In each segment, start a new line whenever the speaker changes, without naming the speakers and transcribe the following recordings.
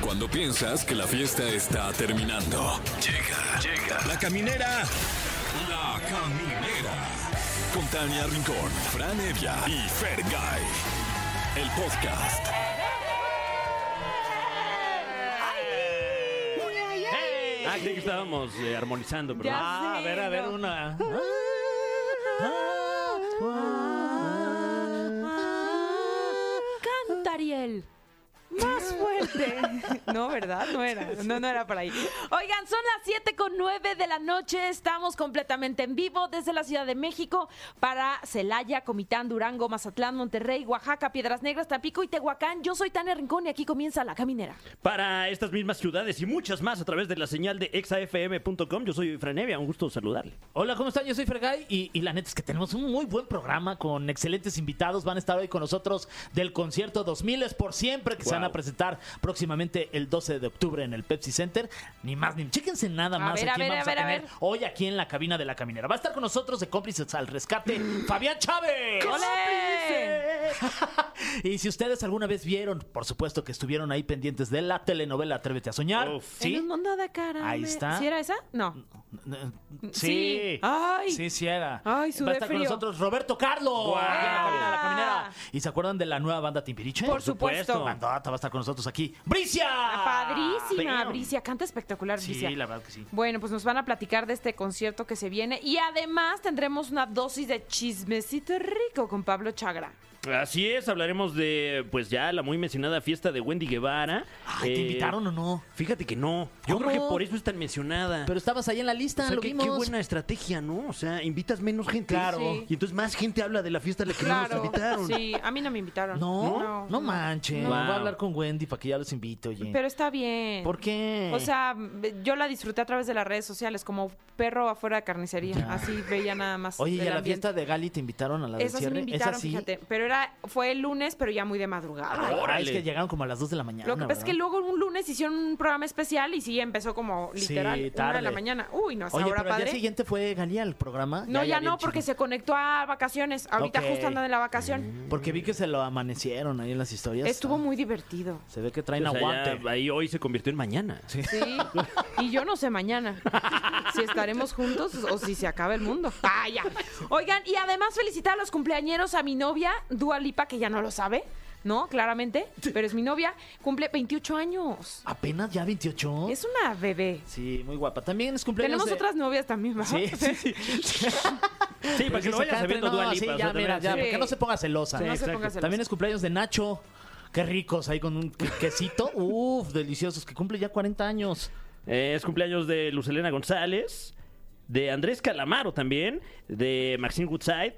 Cuando piensas que la fiesta está terminando. Llega, llega. La caminera. La caminera. Con Tania Rincón, Fran Evia y Fergay. El podcast.
Ah, creí que estábamos eh, armonizando, pero.
Ya
Ah,
sé,
a ver, a ver,
no.
una.
Canta Ariel. Más fuerte. No, ¿verdad? No era. No, no era para ahí. Oigan, son las 7 con 9 de la noche. Estamos completamente en vivo desde la Ciudad de México para Celaya, Comitán, Durango, Mazatlán, Monterrey, Oaxaca, Piedras Negras, Tampico y Tehuacán. Yo soy Tania Rincón y aquí comienza La Caminera.
Para estas mismas ciudades y muchas más a través de la señal de exafm.com. Yo soy Franevia, un gusto saludarle.
Hola, ¿cómo están? Yo soy Fergay y, y la neta es que tenemos un muy buen programa con excelentes invitados. Van a estar hoy con nosotros del concierto 2000 es por siempre que se
Wow.
van a presentar próximamente el 12 de octubre en el Pepsi Center. Ni más ni chéquense nada
A
más
ver,
a
a
quién
ver,
vamos
a ver, a
tener
ver.
hoy aquí en la cabina de la caminera. Va a estar con nosotros de cómplices al rescate Fabián Chávez.
¡Ole!
y si ustedes alguna vez vieron, por supuesto que estuvieron ahí pendientes de la telenovela Atrévete a soñar,
Uf.
En
¿sí?
un mundo de cara.
Ahí está.
¿Sí era esa? No. Sí.
Sí.
Ay.
Sí, sí era.
Ay,
Va
sudé
a estar
frío. Ah.
con nosotros Roberto Carlos.
Guau.
Aquí en la cabina de la caminera. ¿Y se acuerdan de la nueva banda Timbiriche?
Por supuesto.
Bandota va a estar con nosotros aquí. ¡Bricia!
Ah, Padrísima,
Damn.
Bricia. Canta espectacular,
Sí,
Bricia.
la verdad que sí.
Bueno, pues nos van a platicar de este concierto que se viene y además tendremos una dosis de chismecito rico con Pablo Chagra.
Así es, hablaremos de, pues ya, la muy mencionada fiesta de Wendy Guevara.
Ay, ¿te
Eh,
invitaron o no?
Fíjate que no. Yo
¿Cómo?
creo que por eso es tan mencionada.
Pero estabas ahí en la lista,
O sea,
lo
qué,
vimos.
qué buena estrategia, ¿no? O sea, invitas menos gente.
Claro.
Sí.
Y entonces más gente habla de la fiesta a la que no nos invitaron.
Sí, a mí no me invitaron.
No, no, manchen.
No.
Voy a hablar con Wendy para que ya los invite, oye.
Pero está bien.
¿Por qué?
O sea, yo la disfruté a través de las redes sociales, como perro afuera de carnicería.
Ya.
Así veía nada más.
Oye, ¿y
el
a la
ambiente.
fiesta de Gali te invitaron a la del
Esa sí me
cierre?
invitaron,
¿Esa sí?
fíjate. Pero era, fue el lunes, pero ya muy de
Ay,
madrugada.
Órale.
es que llegaron como a las 2 de la mañana.
Lo que pasa es que
¿verdad?
luego un lunes hicieron un programa especial y sí empezó como
Sí,
literal una de la
tarde.
mañana. Uy, no, es
Oye,
ahora
pero al
padre.
día siguiente fue Galía al programa.
No, ya,
bien
no, porque
chido.
se conectó a vacaciones. Ahorita
Ok. Mm,
justo anda de la vacación.
Porque vi que se lo amanecieron ahí en las historias.
Estuvo
Ah,
muy divertido.
Se ve que traen
O sea, ya
aguante.
ahí hoy se convirtió en mañana.
Sí. Y yo no sé mañana si estaremos juntos o si se acaba el mundo. Vaya. Oigan, y además felicitar a los cumpleañeros a mi novia, Dua Lipa, que ya no lo sabe, ¿no? Claramente. Pero es mi novia. Cumple 28 años.
Apenas ya 28.
Es una bebé.
Sí, muy guapa. También es cumpleaños.
Tenemos
de-
otras novias también, ¿verdad?
Sí, sí, sí.
Sí, para que no vayas sabiendo Dua Lipa,
Sí,
o sea,
ya,
también
mira,
así.
ya,
Sí.
porque no se ponga celosa.
No se
exacto.
ponga celosa.
También es cumpleaños de Nacho. Qué ricos, ahí con un que- quesito. Uf, deliciosos, que cumple ya 40 años.
Eh, es cumpleaños de Luz Helena González, de Andrés Calamaro también, de Maxine Woodside.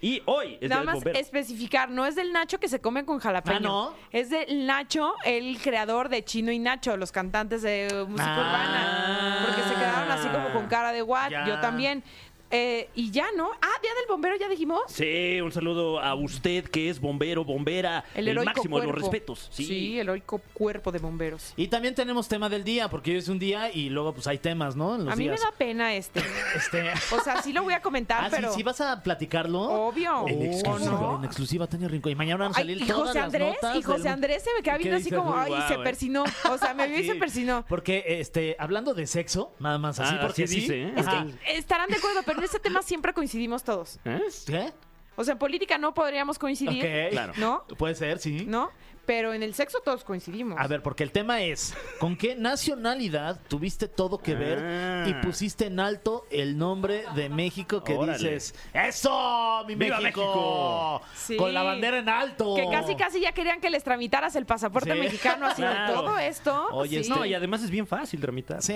Y hoy es
Nada
del
más
bombero.
especificar, no es del Nacho que se come con jalapeño.
Ah, ¿no?
Es del Nacho, el creador de Chino y Nacho, los cantantes de eh, música
Ah.
urbana. Porque se quedaron así como con cara de what,
Ya.
yo también. Eh, y ya, ¿no? Ah, Día del Bombero, ya dijimos.
Sí, un saludo a usted que es bombero, bombera, el, máximo de los
cuerpo.
respetos. Sí. ¿Eh?
el heroico cuerpo de bomberos.
Y también tenemos tema del día, porque hoy es un día y luego pues hay temas, ¿no? En los
A mí
días.
me da pena este.
Este...
O sea, sí lo voy a comentar,
Ah, sí,
pero.
sí, vas a platicarlo.
Obvio.
En
¿O
exclusiva,
no?
en exclusiva, Tania Rincón. Y mañana van a
Ay,
salir
y
todas
José
las
Andrés,
notas
y José
del-
Andrés se me queda
¿Qué
viendo así
dices?
como,
Uy,
ay,
guau,
se
eh.
persinó. O sea, me vio y se
Sí.
persinó.
Porque, este, hablando de sexo, nada más así,
Ah,
porque
así
sí.
dice, ¿eh?
Es
Ajá.
que estarán de acuerdo, pero en este tema siempre coincidimos todos.
¿Eh?
¿Qué?
O sea, en política no podríamos coincidir,
Ok.
Claro.
¿no?
Puede ser, sí.
¿No? Pero en el sexo todos coincidimos.
A ver, porque el tema es, ¿con qué nacionalidad tuviste todo que ver
Ah.
y pusiste en alto el nombre de México que
Órale.
dices, ¡Eso, mi
¡Viva
México!
Sí.
Con la bandera en alto.
Que casi casi ya querían que les tramitaras el pasaporte
oh. Sí.
mexicano así de
Claro.
todo esto.
Oye,
sí.
este-
No, y además es bien fácil tramitar.
Sí.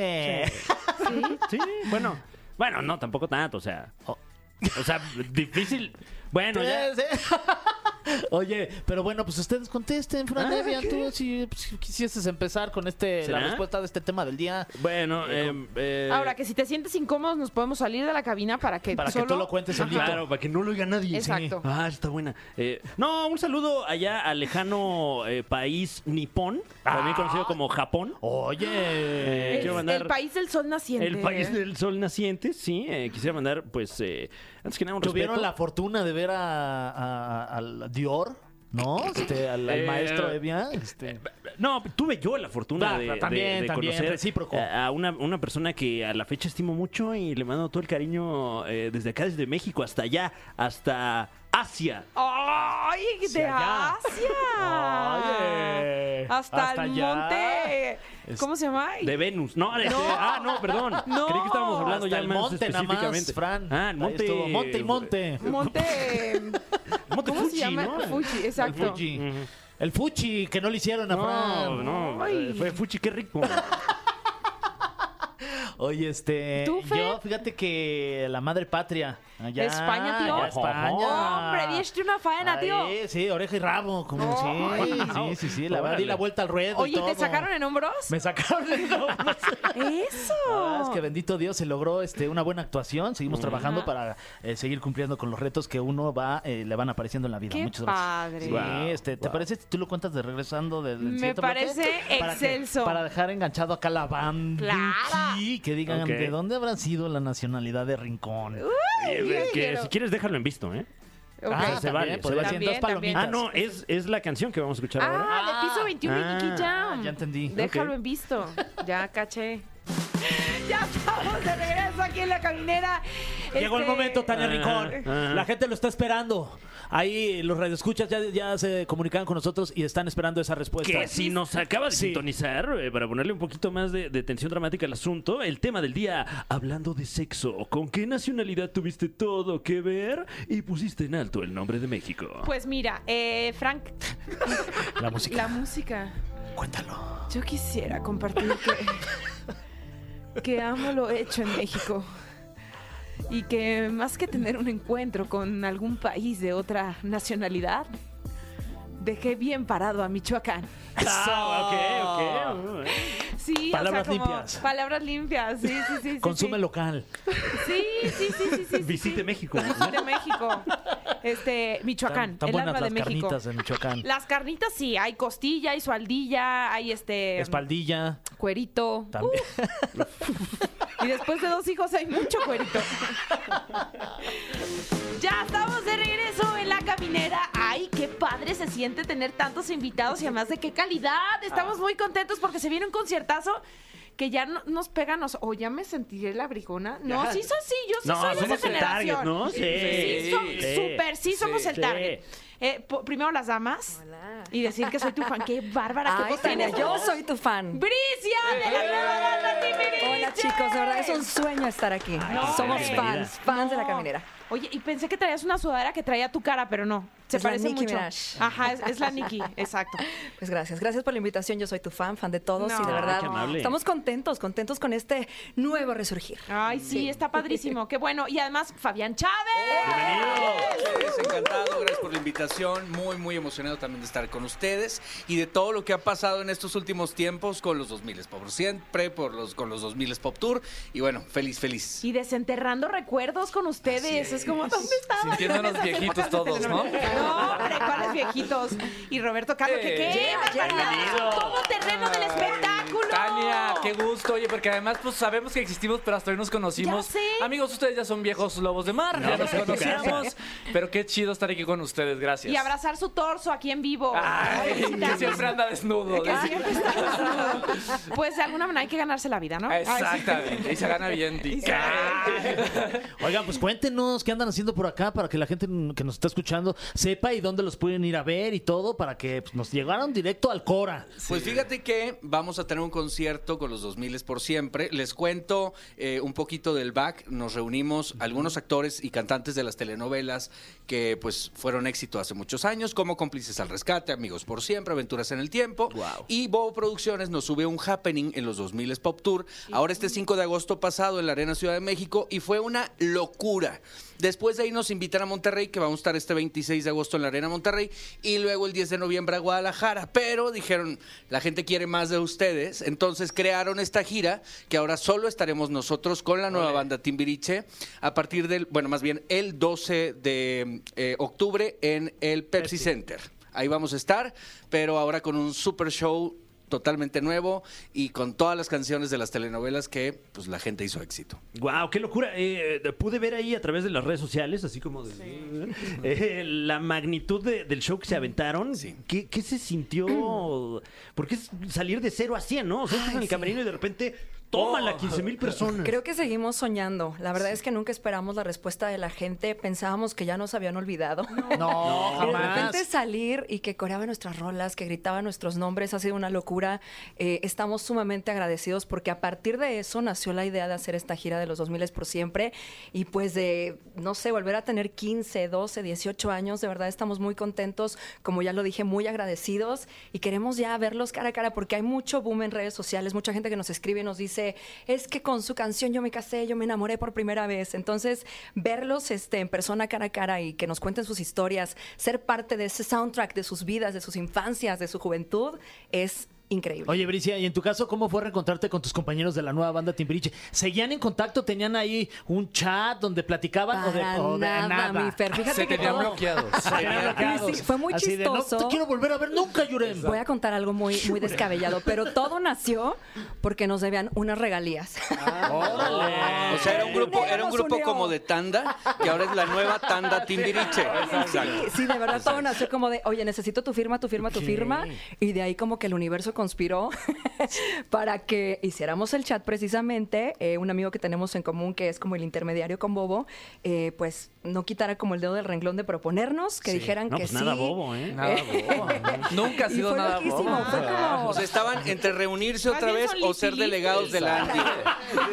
Sí, bueno. Bueno, no, tampoco tanto, o sea. O sea, difícil. Bueno,
Pues,
ya.
Sí. ¿eh? Oye, pero bueno, pues ustedes contesten, Fran
Ah,
Evia,
¿qué?
tú si, si quisieses empezar con este
¿Será?
la respuesta de este tema del día
Bueno, eh, eh,
Ahora que si te sientes incómodo nos podemos salir de la cabina para que
para
solo...
que tú lo cuentes solito.
Claro, para que no lo oiga nadie.
Exacto.
Sí. Ah, está buena. Eh, no, un saludo allá al lejano eh, país nipón, también
Ah.
conocido como Japón.
Oye,
Eh,
El,
quiero mandar
el país del sol naciente.
el país del sol naciente, sí. eh, quisiera mandar, pues, eh, antes que nada un
¿tuvieron
respeto.
la fortuna de ver a, a- al Dior? ¿no? Este, al, al
Eh,
maestro Evia. Este.
No, tuve yo la fortuna
Claro,
de- de,
también,
de
también,
conocer
recíproco.
a a una, una persona que a la fecha estimo mucho y le mando todo el cariño eh, desde acá, desde México hasta allá, hasta Asia.
¡Ay, de
Hacia allá.
Asia!
Oye,
Hasta, el
allá.
monte.
Es-
¿Cómo se llama?
De Venus. No, este, ah, no, perdón.
No.
Creí que estábamos hablando
Hasta
ya
el
más
monte nada más,
específicamente.
Fran.
Ah, el
Ahí
monte.
estuvo, monte y monte.
Monte.
Monte
¿Cómo se
Fuji,
llama?
¿no?
Fuji, exacto.
El Fuji. El Fuchi, que no le hicieron a
No,
Fran.
no,
Ay.
eh, fue Fuchi, qué rico.
Oye, este.
¿Tú, Fer?
Yo, fíjate que la madre patria. Allá,
España, tío.
allá España.
Hombre, dieste una faena, tío.
Ahí, sí, oreja y rabo. Como, sí,
Ay.
sí, sí, sí, La verdad, di
Órale.
la vuelta al ruedo. y
Oye, ¿y
todo.
¿te sacaron en hombros?
Me sacaron el hombro.
Eso.
Ah, es que bendito Dios se logró este una buena actuación. Seguimos trabajando para eh, seguir cumpliendo con los retos que uno va eh, le van apareciendo en la vida.
Qué
Muchas gracias.
padre.
Sí,
Wow,
este, ¿te
wow.
parece si tú lo cuentas de regresando del, del
Me
siguiente bloque?
parece
Para que-
excelso.
Para dejar enganchado acá la banda.
Claro.
Sí, que digan
Ok.
de dónde habrá sido la nacionalidad de Rincón.
Eh,
yo
que
quiero.
si quieres déjalo en visto, ¿eh?
Ok.
Ah,
se vale, se
podría
vale.
ser en
También,
dos
también.
palomitas.
Ah, no, es, es la canción que vamos a escuchar ahora.
Ah, de piso
Ah.
21 de
Ah,
Nicky Jam.
ya entendí.
Déjalo
Ok.
en visto. Ya caché. ya estamos de regreso aquí en la caminera.
Llegó el
Este,
momento, Tania
Ah,
Rincón.
ah.
La gente lo está esperando. Ahí los radioescuchas ya, ya se comunicaron con nosotros y están esperando esa respuesta.
Que si nos acaba de
Sí.
sintonizar, eh, para ponerle un poquito más de, de tensión dramática al asunto, el tema del día, hablando de sexo, ¿con qué nacionalidad tuviste todo que ver y pusiste en alto el nombre de México?
Pues mira, eh, Frank,
La música.
la música.
Cuéntalo.
Yo quisiera compartir que, que amo lo hecho en México. Y que más que tener un encuentro con algún país de otra nacionalidad, dejé bien parado a Michoacán.
Ah, ok, ok.
Sí,
Palabras
o sea, como
limpias.
Palabras limpias, sí, sí, sí. sí,
Consume local.
Sí, sí, sí, sí. sí, sí,
Visite
sí.
México.
Visite México. Este, Michoacán,
Tan
el
buenas
alma
las
de México.
carnitas de Michoacán.
Las carnitas sí, hay costilla, hay sualdilla, hay este
Espaldilla.
cuerito.
También.
Y después de dos hijos hay mucho cuerito. Ya estamos de regreso en la caminera. Ay, qué padre se siente tener tantos invitados y además de qué calidad.
Ah.
Estamos muy contentos porque se viene un conciertazo que ya no- nos pega, nos, o ya me sentiré la brigona. No, sí soy, sí, yo sí
No,
soy de esa
somos el target,
generación.
¿no? Sí.
sí, so-
Sí.
súper, sí, somos el
sí.
target. Eh, po- primero las damas y decir que soy tu fan. Qué bárbara, qué
Ay,
voz tienes.
Tania, yo soy tu fan.
Bricia de la nueva banda Timbiriche.
Hola chicos, de verdad es un sueño estar aquí.
No,
Somos
hombre.
fans, fans de la caminera.
Oye, y pensé que traías una sudadera que traía tu cara, pero no. Se
Es la
parece
Nicki
mucho.
Minaj.
Ajá, es, es la Nicki, exacto.
Pues gracias, gracias por la invitación. Yo soy tu fan, fan de todos
No.
y de
Ay, qué
verdad
amable.
estamos contentos, contentos con este nuevo resurgir.
Ay, sí, está padrísimo. Qué bueno. Y además, Fabián Chávez.
Ustedes, encantado, gracias por la invitación. Muy, muy emocionado también de estar con ustedes y de todo lo que ha pasado en estos últimos tiempos con los 2000 Pop, siempre por los, con los 2000 Pop Tour. Y bueno, feliz, feliz.
Y desenterrando recuerdos con ustedes. Es. como, ¿dónde estaban?
Sintiéndonos
en esas
viejitos
épocas de
todos,
telenovela? No, hombre, ¿cuáles viejitos? Y Roberto Carlos, que qué.
Yeah,
barbaridad.
bienvenido.
Todo terreno del espectáculo.
Tania, qué gusto. Oye, porque además pues sabemos que existimos, pero hasta hoy nos conocimos.
Ya sé.
Amigos, ustedes ya son viejos lobos de mar, ya nos conocíamos. Pero qué chido estar aquí con ustedes, gracias.
Y abrazar su torso aquí en vivo.
Ay, que
Felicitarnos.
siempre anda desnudo.
Que siempre está desnudo. Pues de alguna manera hay que ganarse la vida, ¿no? Ay, sí.
Exactamente, y se gana bien. Ah, ti.
Oigan, pues cuéntenos qué andan haciendo por acá para que la gente que nos está escuchando sepa y dónde los pueden ir a ver y todo para que pues, nos llegaran directo al Cora.
Pues fíjate que vamos a tener un concierto con los 2000 por siempre. Les cuento eh, un poquito del back. Nos reunimos algunos actores y cantantes de las telenovelas que pues fueron éxito hace muchos años, como Cómplices al Rescate, Amigos por Siempre, Aventuras en el Tiempo. Y Bobo Producciones nos subió un happening en los 2000 Pop Tour, ahora este 5 de agosto pasado en la Arena Ciudad de México, y fue una locura. Después de ahí nos invitan a Monterrey, que vamos a estar este 26 de agosto en la Arena Monterrey, y luego el 10 de noviembre a Guadalajara. Pero dijeron, la gente quiere más de ustedes, entonces crearon esta gira, que ahora solo estaremos nosotros con la nueva banda Timbiriche, a partir del, bueno, más bien el 12 de eh, octubre en el Pepsi Center. Ahí vamos a estar, pero ahora con un super show totalmente nuevo y con todas las canciones de las telenovelas que pues la gente hizo éxito.
Wow, qué locura. Eh, eh, pude ver ahí a través de las redes sociales, así como de- Eh, la magnitud de- del show que se aventaron.
Sí.
¿Qué, qué se sintió? Porque es salir de 0 a 100, ¿no? O sea, estás en el camerino y de repente, tómala, 15 mil personas.
Creo que seguimos soñando. La verdad es que nunca esperamos la respuesta de la gente. Pensábamos que ya nos habían olvidado.
No,
Y de
jamás.
repente salir y que coreaba nuestras rolas, que gritaba nuestros nombres, ha sido una locura. Eh, estamos sumamente agradecidos porque a partir de eso nació la idea de hacer esta gira de los 2000 por siempre y pues de, no sé, volver a tener 15, 12, 18 años. De verdad estamos muy contentos, como ya lo dije, muy agradecidos y queremos ya verlos cara a cara porque hay mucho boom en redes sociales, mucha gente que nos escribe y nos dice, es que con su canción yo me casé, yo me enamoré por primera vez. Entonces, verlos este, en persona cara a cara y que nos cuenten sus historias, ser parte de ese soundtrack de sus vidas, de sus infancias, de su juventud, es increíble.
Oye, Bricia, y en tu caso, ¿cómo fue reencontrarte con tus compañeros de la nueva banda Timbiriche? ¿Seguían en contacto? ¿Tenían ahí un chat donde platicaban o de,
Para
o de
nada, mi Fer. Fíjate
Se
que
tenían
todo-
bloqueados.
Sí, sí, fue muy
Así de, no
chistoso.
te quiero volver a ver nunca, Yuren.
Voy a contar algo muy, muy descabellado, pero todo nació porque nos debían unas regalías.
Ah,
Ah.
O sea, era un grupo, era un
Nos
grupo
unió.
como de tanda, que ahora es la nueva tanda Timbiriche.
Ah,
Sí,
Exacto.
sí, de verdad todo nació como de, oye, necesito tu firma, tu firma, tu firma. Y de ahí como que el universo conspiró para que hiciéramos el chat precisamente. Eh, un amigo que tenemos en común, que es como el intermediario con Bobo, eh, pues no quitara como el dedo del renglón de proponernos, que dijeran
No,
que
pues
sí.
nada bobo, ¿eh?
Nada bobo. Nunca ha
Y
sido
fue
nada
loquísimo,
bobo.
fue como-
O sea, estaban entre reunirse
Más
otra
bien
vez
son
o ser
litilistas.
delegados de la Andy.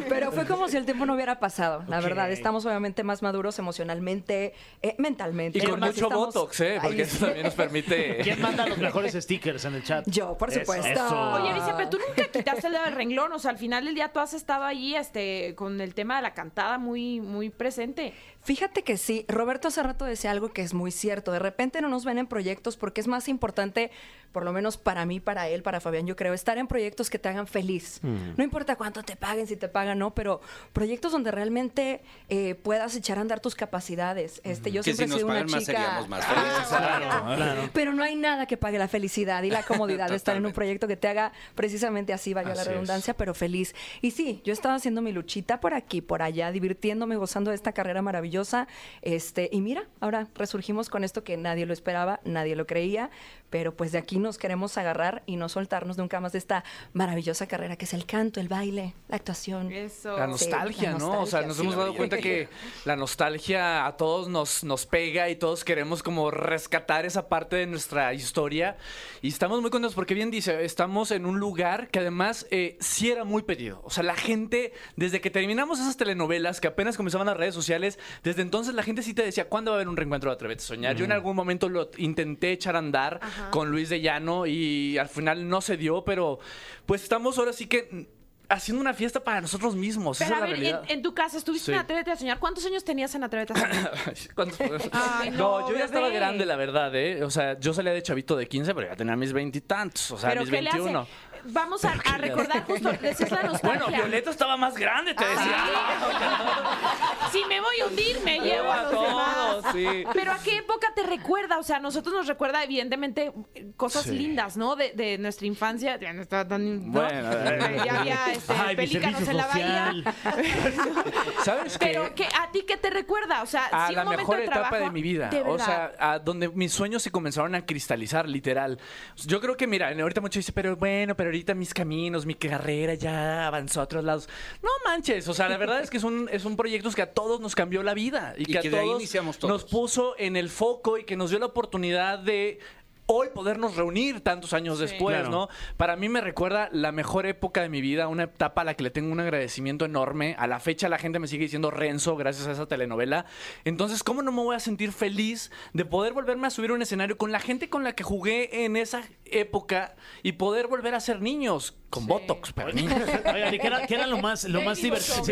Pero fue como si el tiempo no hubiera pasado, la verdad. Estamos obviamente más maduros emocionalmente, eh, mentalmente.
Y con
Además,
mucho
estamos-
botox, ¿eh? Porque
Ay,
eso también nos
¿Quién
permite.
manda los mejores stickers en el chat?
Yo, por
Eso,
supuesto.
eso.
Oye, Alicia, pero tú nunca quitaste el dedo del renglón. O sea, al final del día tú has estado ahí este, con el tema de la cantada muy, muy presente.
Fíjate que sí, Roberto hace rato decía algo que es muy cierto. De repente no nos ven en proyectos porque es más importante, por lo menos para mí, para él, para Fabián, yo creo, estar en proyectos que te hagan feliz.
Mm.
No importa cuánto te paguen, si te pagan no, pero proyectos donde realmente eh, puedas echar a andar tus capacidades. Este, yo
Que si
siempre he
nos
sido una
pagan más
chica.
seríamos más felices.
Pero no hay nada que pague la felicidad y la comodidad de estar en un
Totalmente.
proyecto que te haga precisamente así, vaya la
Así
redundancia, pero feliz. Y sí, yo estaba haciendo mi luchita por aquí, por allá, divirtiéndome, gozando de esta carrera maravillosa. Este, y mira, ahora resurgimos con esto que nadie lo esperaba, nadie lo creía, pero pues de aquí nos queremos agarrar y no soltarnos nunca más de esta maravillosa carrera que es el canto, el baile, la actuación.
Eso.
La
Sí,
nostalgia,
la
¿no? O sea,
nostalgia,
nos
sí,
hemos
la
dado cuenta que la nostalgia a todos nos, nos pega y todos queremos como rescatar esa parte de nuestra historia. Y estamos muy contentos porque bien dice, estamos en un lugar que además eh, sí era muy pedido. O sea, la gente, desde que terminamos esas telenovelas que apenas comenzaban las redes sociales, desde entonces la gente sí te decía, ¿cuándo va a haber un reencuentro de Atrévete a Soñar? Yo en algún momento lo intenté echar a andar con Luis de Llano y al final no se dio, pero pues estamos ahora sí que haciendo una fiesta para nosotros mismos.
Pero
esa
a ver,
es la
en,
realidad.
en tu casa estuviste en
Sí.
Atrévete a Soñar. ¿Cuántos años tenías en Atrévete a Soñar?
¿Cuántos podemos-
Ay,
no,
no,
yo ya estaba
bebé.
grande, la verdad, ¿eh? O sea, yo salía de chavito de 15, pero ya tenía mis veintitantos, o sea, mis
¿qué le hace?
21.
Vamos a, a recordar justo, decías la nostalgia.
Bueno, Violeta estaba más grande, te decía.
Ah, Si me voy a hundir, me llevo
Llevo
a los
a
demás.
todos, sí.
Pero ¿a qué época te recuerda? O sea, a nosotros nos recuerda, evidentemente, cosas lindas, ¿no? De, de nuestra infancia. Ya no estaba tan. ¿no?
Bueno, eh.
ya había este,
Ay, mi
pelícanos
servicio
en la
social.
bahía.
¿Sabes qué?
Pero ¿qué- ¿a ti qué te recuerda? O sea,
a
sí,
la
un momento
mejor
de
etapa
trabajo,
de mi vida.
de
o
verdad.
sea, a donde mis sueños se comenzaron a cristalizar, literal. Yo creo que, mira, ahorita mucho dice, pero bueno, pero ahorita mis caminos, mi carrera ya avanzó a otros lados. No manches, o sea, la verdad es que es un, es un proyecto que a todos nos cambió la vida y,
Y
que, a
que de ahí
todos,
iniciamos todos.
nos puso en el foco y que nos dio la oportunidad de... Hoy podernos reunir tantos años después,
Claro.
¿no? Para mí me recuerda la mejor época de mi vida, una etapa a la que le tengo un agradecimiento enorme. A la fecha la gente me sigue diciendo Renzo gracias a esa telenovela. Entonces, ¿cómo no me voy a sentir feliz de poder volverme a subir a un escenario con la gente con la que jugué en esa época y poder volver a ser niños? Con Botox, pero niños.
Oigan, ¿y qué era, qué era lo más, lo más divertido?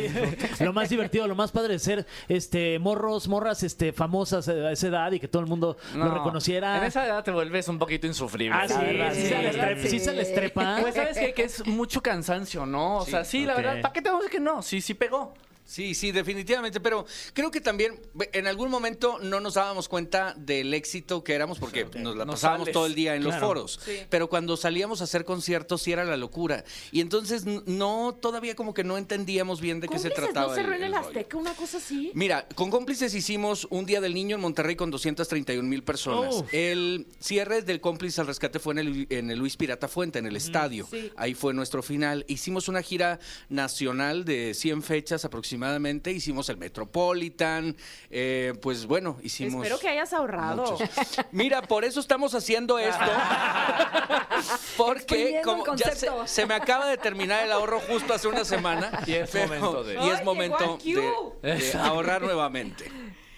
lo más divertido, lo más padre de ser este morros, morras este, famosas a esa edad y que todo el mundo lo
No.
reconociera.
En esa edad te vuelves un poquito insufrible.
Ah, sí,
la verdad,
sí, se les trepa. sí se les trepa.
Pues sabes qué? que es mucho cansancio, ¿no? O sea, sí, la
Ok.
verdad, ¿para qué te vamos a decir que no? Sí, sí pegó.
Sí, sí, definitivamente, pero creo que también ve, en algún momento no nos dábamos cuenta del éxito que éramos porque nos la
No
pasábamos
sales.
todo el día en los
Claro.
foros,
Sí.
pero cuando salíamos a hacer conciertos sí era la locura y entonces n- no todavía como que no entendíamos bien de qué se
Cómplices,
trataba.
no cerró
el-
en el
el rollo.
Azteca, una cosa así.
Mira, con cómplices hicimos un Día del Niño en Monterrey con 231 mil personas.
Uf.
El cierre del cómplice al rescate fue en el, en el Luis Pirata Fuente, en el estadio.
sí.
Ahí fue nuestro final. Hicimos una gira nacional de 100 fechas aproximadamente. Hicimos el Metropolitan. Eh, pues bueno, hicimos...
Espero que hayas ahorrado.
muchos. Mira, por eso estamos haciendo esto. Porque
Exprimiendo
como
el
ya se,
concepto.
se me acaba de terminar el ahorro justo hace una semana.
Y es momento de-
y es
¡Ay,
momento
llegó
de- de ahorrar nuevamente.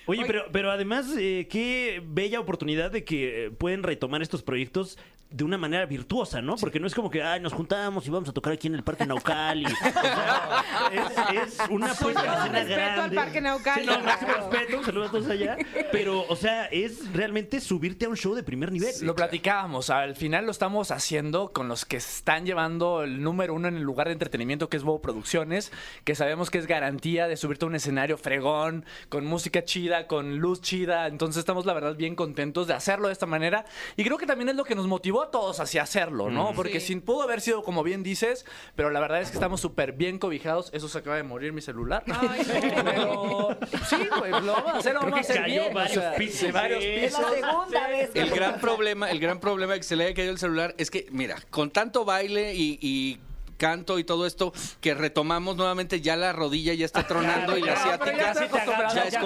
Oye, pero, pero además, eh, qué bella oportunidad de que eh, pueden retomar estos proyectos de una manera virtuosa, ¿no? Porque no es como que, ay, nos juntamos y vamos a tocar aquí en el Parque Naucal. y- o sea, es, es una puesta en
todo
escena
respeto al
grande.
Parque Naucali.
Sí, no, máximo
Claro.
respeto, un saludo a todos allá. Pero, o sea, es realmente subirte a un show de primer nivel.
lo platicábamos, al final lo estamos haciendo con los que están llevando el número uno en el lugar de entretenimiento que es Bobo Producciones, que sabemos que es garantía de subirte a un escenario fregón, con música chida, con luz chida, entonces estamos la verdad bien contentos de hacerlo de esta manera y creo que también es lo que nos motivó a todos hacia hacerlo, ¿no? Porque
Sí.
sin pudo haber sido como bien dices, pero la verdad es que estamos súper bien cobijados, eso se acaba de morir mi celular.
Ay, no.
Pero sí, güey, lo vamos a hacer, lo
Creo
vamos a
que
hacer
cayó
bien, o
varios
sea,
pisos,
de varios
¿eh?
Es la
pisos.
segunda vez que
El gran problema, el gran problema que se le haya caído el celular es que, mira, con tanto baile y, y canto y todo esto que retomamos nuevamente, ya la rodilla ya está tronando y la
Ah, Claro, pero ya
asiática
estoy acostumbrado,
ya es
ya Ah,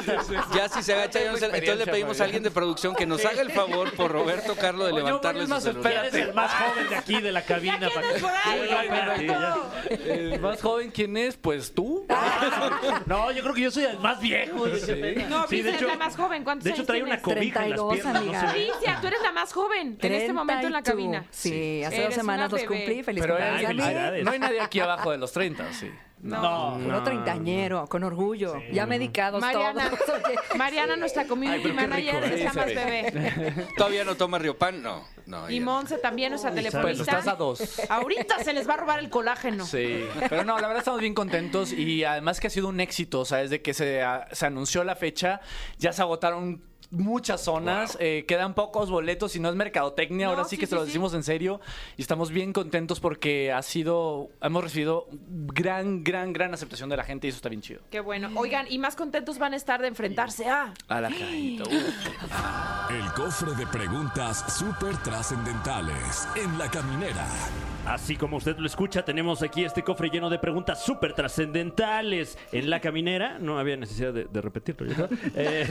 no te
complicada. Ya si se agacha, ya no se- entonces le pedimos a alguien de producción que nos haga el favor por Roberto Carlo de
Oye,
levantarle
Boris,
su
más
celular.
espérate.
el más joven de aquí, de la
Ya
cabina. para
quedas
que-
por ahí,
Sí, ya.
Roberto.
El Eh, más joven, ¿quién es? Pues tú.
Ah,
No, yo creo que yo soy el más viejo.
No,
Sí, de
Vicia es
hecho-
la más joven. ¿Cuántos
De hecho,
años
trae una
tienes?
cobija en las
32,
piernas. No
amiga.
sé.
Vicia, tú eres la más joven en este momento en la
32.
cabina.
Sí, hace
Eres
dos semanas
una
los
bebé.
cumplí. Feliz
Pero
cumpleaños
ay,
a mí.
felicidades.
no hay nadie aquí abajo de los 30, sí.
No.
Puro treintañero, con orgullo, ya medicados
Mariana,
todos. Oye,
Mariana, nuestra community manager,
rico, ¿eh?
está
Sí,
más
se
bebé.
Todavía no toma Riopan, no. no
Y
ella no.
Monse también, nuestra telefonista.
Pues estás a dos.
Ahorita se les va a robar el colágeno.
Sí, pero no, la verdad estamos bien contentos y además que ha sido un éxito, o sea, desde que se, ah, se anunció la fecha, ya se agotaron muchas zonas, eh, quedan pocos boletos y no es mercadotecnia,
No,
ahora sí
sí,
que
sí,
se lo
sí.
decimos en serio y estamos bien contentos porque ha sido, hemos recibido gran, gran, gran aceptación de la gente y eso está bien chido.
Qué bueno. Oigan, y más contentos van a estar de enfrentarse a.
A la carita.
El cofre de preguntas súper trascendentales en la caminera.
Así como usted lo escucha, tenemos aquí este cofre lleno de preguntas súper trascendentales en la caminera. No había necesidad de, de repetirlo. ¿ya sabes? Eh,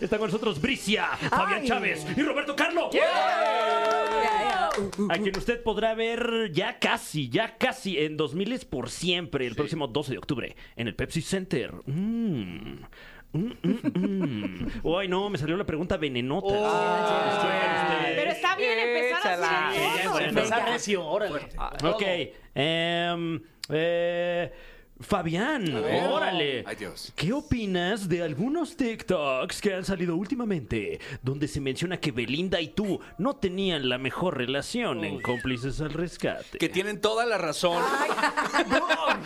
está con nosotros Bricia, Fabián
Ay.
Chávez y Roberto Carlo.
ya, ya, uh, uh,
A quien usted podrá ver ya casi, ya casi en 2000 es por siempre, el próximo 12 de octubre, en el Pepsi Center. Mm. Mm, mm, mm. Ay, no, me salió la pregunta venenota.
Pero está bien empezar
Échala.
así. de
Sí, ya,
todo.
bueno.
Empezar recio, órale.
Ah.
Ok. em, eh, Fabián,
ver.
órale.
Ay, Dios.
¿Qué opinas de algunos TikToks que han salido últimamente donde se menciona que Belinda y tú no tenían la mejor relación en cómplices al rescate?
Que tienen toda la razón.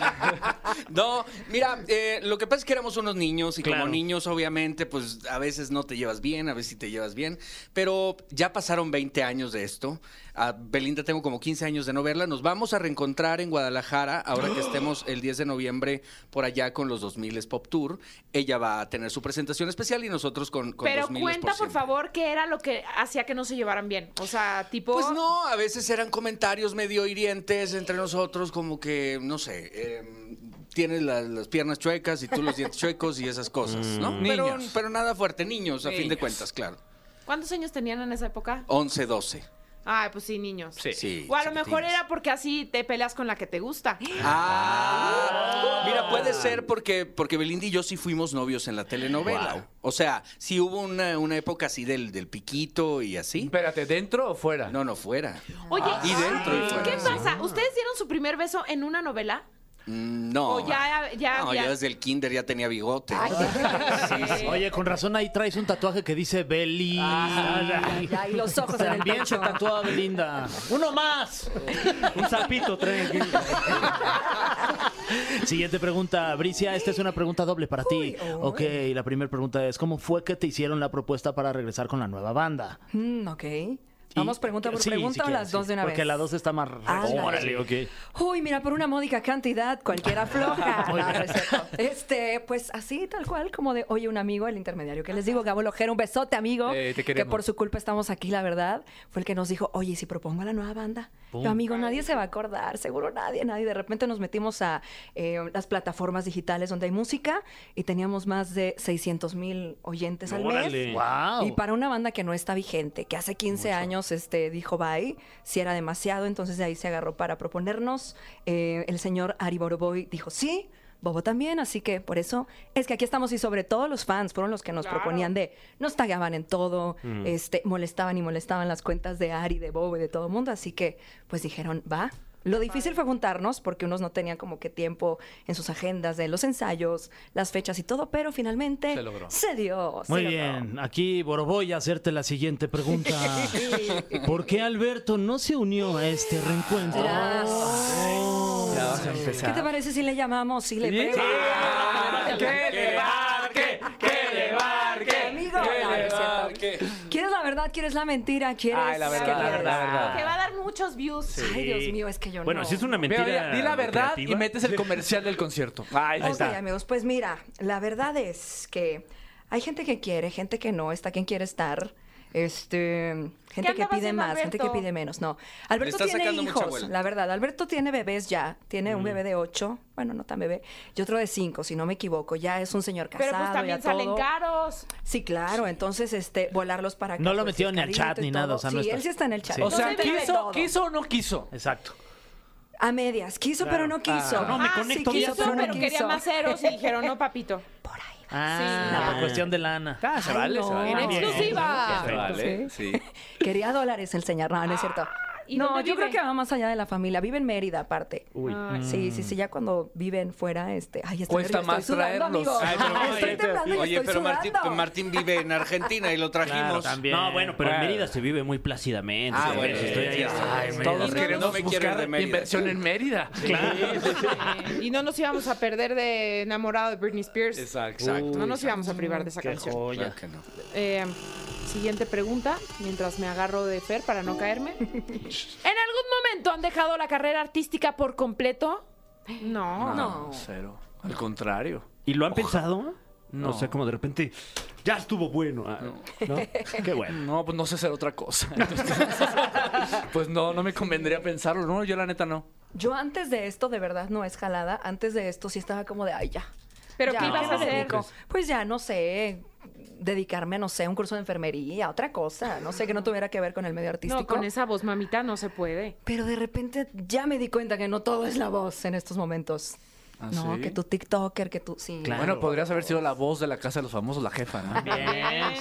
no, mira, eh, lo que pasa es que éramos unos niños y
Claro.
como niños, obviamente, pues a veces no te llevas bien, a veces sí te llevas bien, pero ya pasaron 20 años de esto. A Belinda tengo como 15 años de no verla. Nos vamos a reencontrar en Guadalajara ahora que estemos el 10 de noviembre por allá con los 2000 Pop Tour. Ella va a tener su presentación especial y nosotros con, con
Pero
2000s
cuenta, por
siempre.
favor, qué era lo que hacía que no se llevaran bien. O sea, tipo.
Pues no, a veces eran comentarios medio hirientes entre nosotros, como que, no sé, eh, tienes la- las piernas chuecas y tú los dientes chuecos y esas cosas, ¿no? Pero,
Niños.
pero nada fuerte, niños, a fin de
Niños.
cuentas, claro.
¿Cuántos años tenían en esa época?
11, 12.
Ay, pues sí, niños.
Sí.
Oh. Sí,
O a lo mejor
chiquitines.
era porque así te peleas con la que te gusta.
Ah, mira, puede ser porque, porque Belinda y yo sí fuimos novios en la telenovela. O sea, sí hubo una, una época así del, del piquito y así.
Espérate, ¿dentro o fuera?
No, no, fuera.
Oye,
Y dentro y fuera,
¿qué
sí.
pasa? ¿Ustedes dieron su primer beso en una novela?
Mm, No.
O ya- ya
no,
había-
yo desde el kinder ya tenía bigote.
Oye, con razón ahí traes un tatuaje que dice Beli.
Ah.
ya, y los ojos en el
También se
pecho.
tatuaba Belinda. ¡Uno más!
Un sapito trae aquí.
Siguiente pregunta, Bricia. Esta es una pregunta doble para ti. Ok, la primera pregunta es: ¿Cómo fue que te hicieron la propuesta para regresar con la nueva banda?
Mm, ok. Vamos
Y-
pregunta por
sí,
pregunta
si
o
quieres,
las
sí,
dos de una
Porque
vez. Ah,
la dos está más.
Ándale.
Órale, ok.
Uy, mira, por una módica cantidad, cualquiera floja. No, no es cierto. Este, pues así, tal cual, como de, oye, un amigo, el intermediario, que les digo, Gabo Lojero, un besote, amigo.
Eh, te
que
queremos.
por su culpa estamos aquí, la verdad. Fue el que nos dijo, oye, ¿y si propongo la nueva banda. Yo, amigo, nadie se va a acordar, seguro nadie, nadie. De repente nos metimos a eh, las plataformas digitales donde hay música y teníamos más de 600 mil oyentes al
Órale.
mes.
Wow.
Y para una banda que no está vigente, que hace 15 años este, dijo bye, si era demasiado, entonces de ahí se agarró para proponernos. Eh, el señor Ari Boroboy dijo sí, Bobo también, así que por eso es que aquí estamos y sobre todo los fans fueron los que nos proponían de, nos tagaban en todo,
Mm.
este, molestaban y molestaban las cuentas de Ari, de Bobo y de todo el mundo, así que pues dijeron va. Lo difícil fue juntarnos porque unos no tenían como que tiempo en sus agendas de los ensayos, las fechas y todo, pero finalmente
Se logró.
se dio. se
Muy
logró.
bien, aquí Boroboy a hacerte la siguiente pregunta. ¿Por qué Alberto no se unió a este reencuentro?
Verás.
Ya vas a
¿Qué te
empezar. Ah,
parece si le llamamos? Si le preguntamos?
¡Que le barque! ¡Que le barque!
Amigo, no, no es cierto.
¿Qué?
¿Quieres la verdad? ¿Quieres la mentira? ¿Quieres
Ay, la verdad,
que
la
quieres?
verdad, la verdad.
Que va a dar muchos views.
Ay, Dios mío, es que yo
bueno,
no.
si es una mentira.
Mira, mira, di la verdad y
creativa.
metes el comercial del concierto. Ahí
Ok,
está.
amigos, pues mira, la verdad es que hay gente que quiere, gente que no, está quien quiere estar. Este, gente que
andaba
pide
haciendo
más, gente que
Alberto?
pide menos, no. Alberto
está
tiene
sacando mucha
hijos,
vuelta.
la verdad. Alberto tiene bebés ya. Tiene un bebé de ocho, bueno, no tan bebé, y otro de cinco, si no me equivoco. Ya es un señor casado.
Pero pues
ya
también salen
todo.
caros.
Sí, claro. Entonces, este, volarlos para acá.
No lo
pues,
metió
sí,
ni al
carito
chat
y
ni nada,
todo.
o sea,
sí,
no está.
él sí está en el chat.
O sea,
Entonces dime
¿quiso,
todo.
¿quiso o no quiso?
Exacto.
A medias. Quiso, pero no quiso.
No, me
ah,
conecto
sí
bien.
quiso, pero quería más ceros y dijeron, no, papito.
Ah,
Sí.
por cuestión de lana.
Ah, se
Ay,
vale,
no.
se vale.
En
Ah, bien.
exclusiva.
Se vale, sí.
Quería dólares el señor. No, no es cierto.
Ah, ¿y
no,
dónde
yo
vive? Ah,
creo que va más allá de la familia. Vive en Mérida, aparte. Sí, sí, sí. Ya cuando viven fuera, este. Ay, estoy,
Cuesta
yo estoy
más
sudando,
traerlos.
amigo.
Ay,
pero-
estoy
oye,
temblando y
Oye,
estoy
pero Martín,
sudando.
Martín vive en Argentina y lo trajimos.
No, bueno, pero
Bueno.
en Mérida se vive muy plácidamente.
Ah,
¿sabes?
bueno,
Estoy ahí.
sí, sí.
Ay,
Sí.
Mérida.
Todos
no
queremos
me quiero ir de
buscar
Mérida.
inversión en Mérida.
Sí. Y no nos íbamos a perder de enamorado de Britney Spears.
Exacto.
No nos íbamos a privar de esa canción.
Claro que no.
Eh, siguiente pregunta, mientras me agarro de Fer para no caerme. ¿En algún momento han dejado la carrera artística por completo? No.
No.
Cero. Al contrario.
¿Y lo han pensado?
No.
O sea, como de repente, ya estuvo bueno. Ah, ¿no? Qué bueno.
No, pues no sé hacer otra cosa. Entonces, pues no, no me convendría pensarlo. No, yo la neta no.
Yo antes de esto, de verdad, no es jalada. Antes de esto sí estaba como de, ay, ya.
¿Pero
Ya,
qué ibas a
me
hacer?
dedico? Pues ya, no sé, dedicarme, no sé, a un curso de enfermería, a otra cosa, no sé, que no tuviera que ver con el medio artístico.
No, con esa voz, mamita, no se puede.
Pero de repente ya me di cuenta que no todo es la voz en estos momentos. no,
sí?
que tu TikToker, que tú, sí.
Bueno, podrías haber sido la voz de la casa de los famosos, la jefa, ¿no?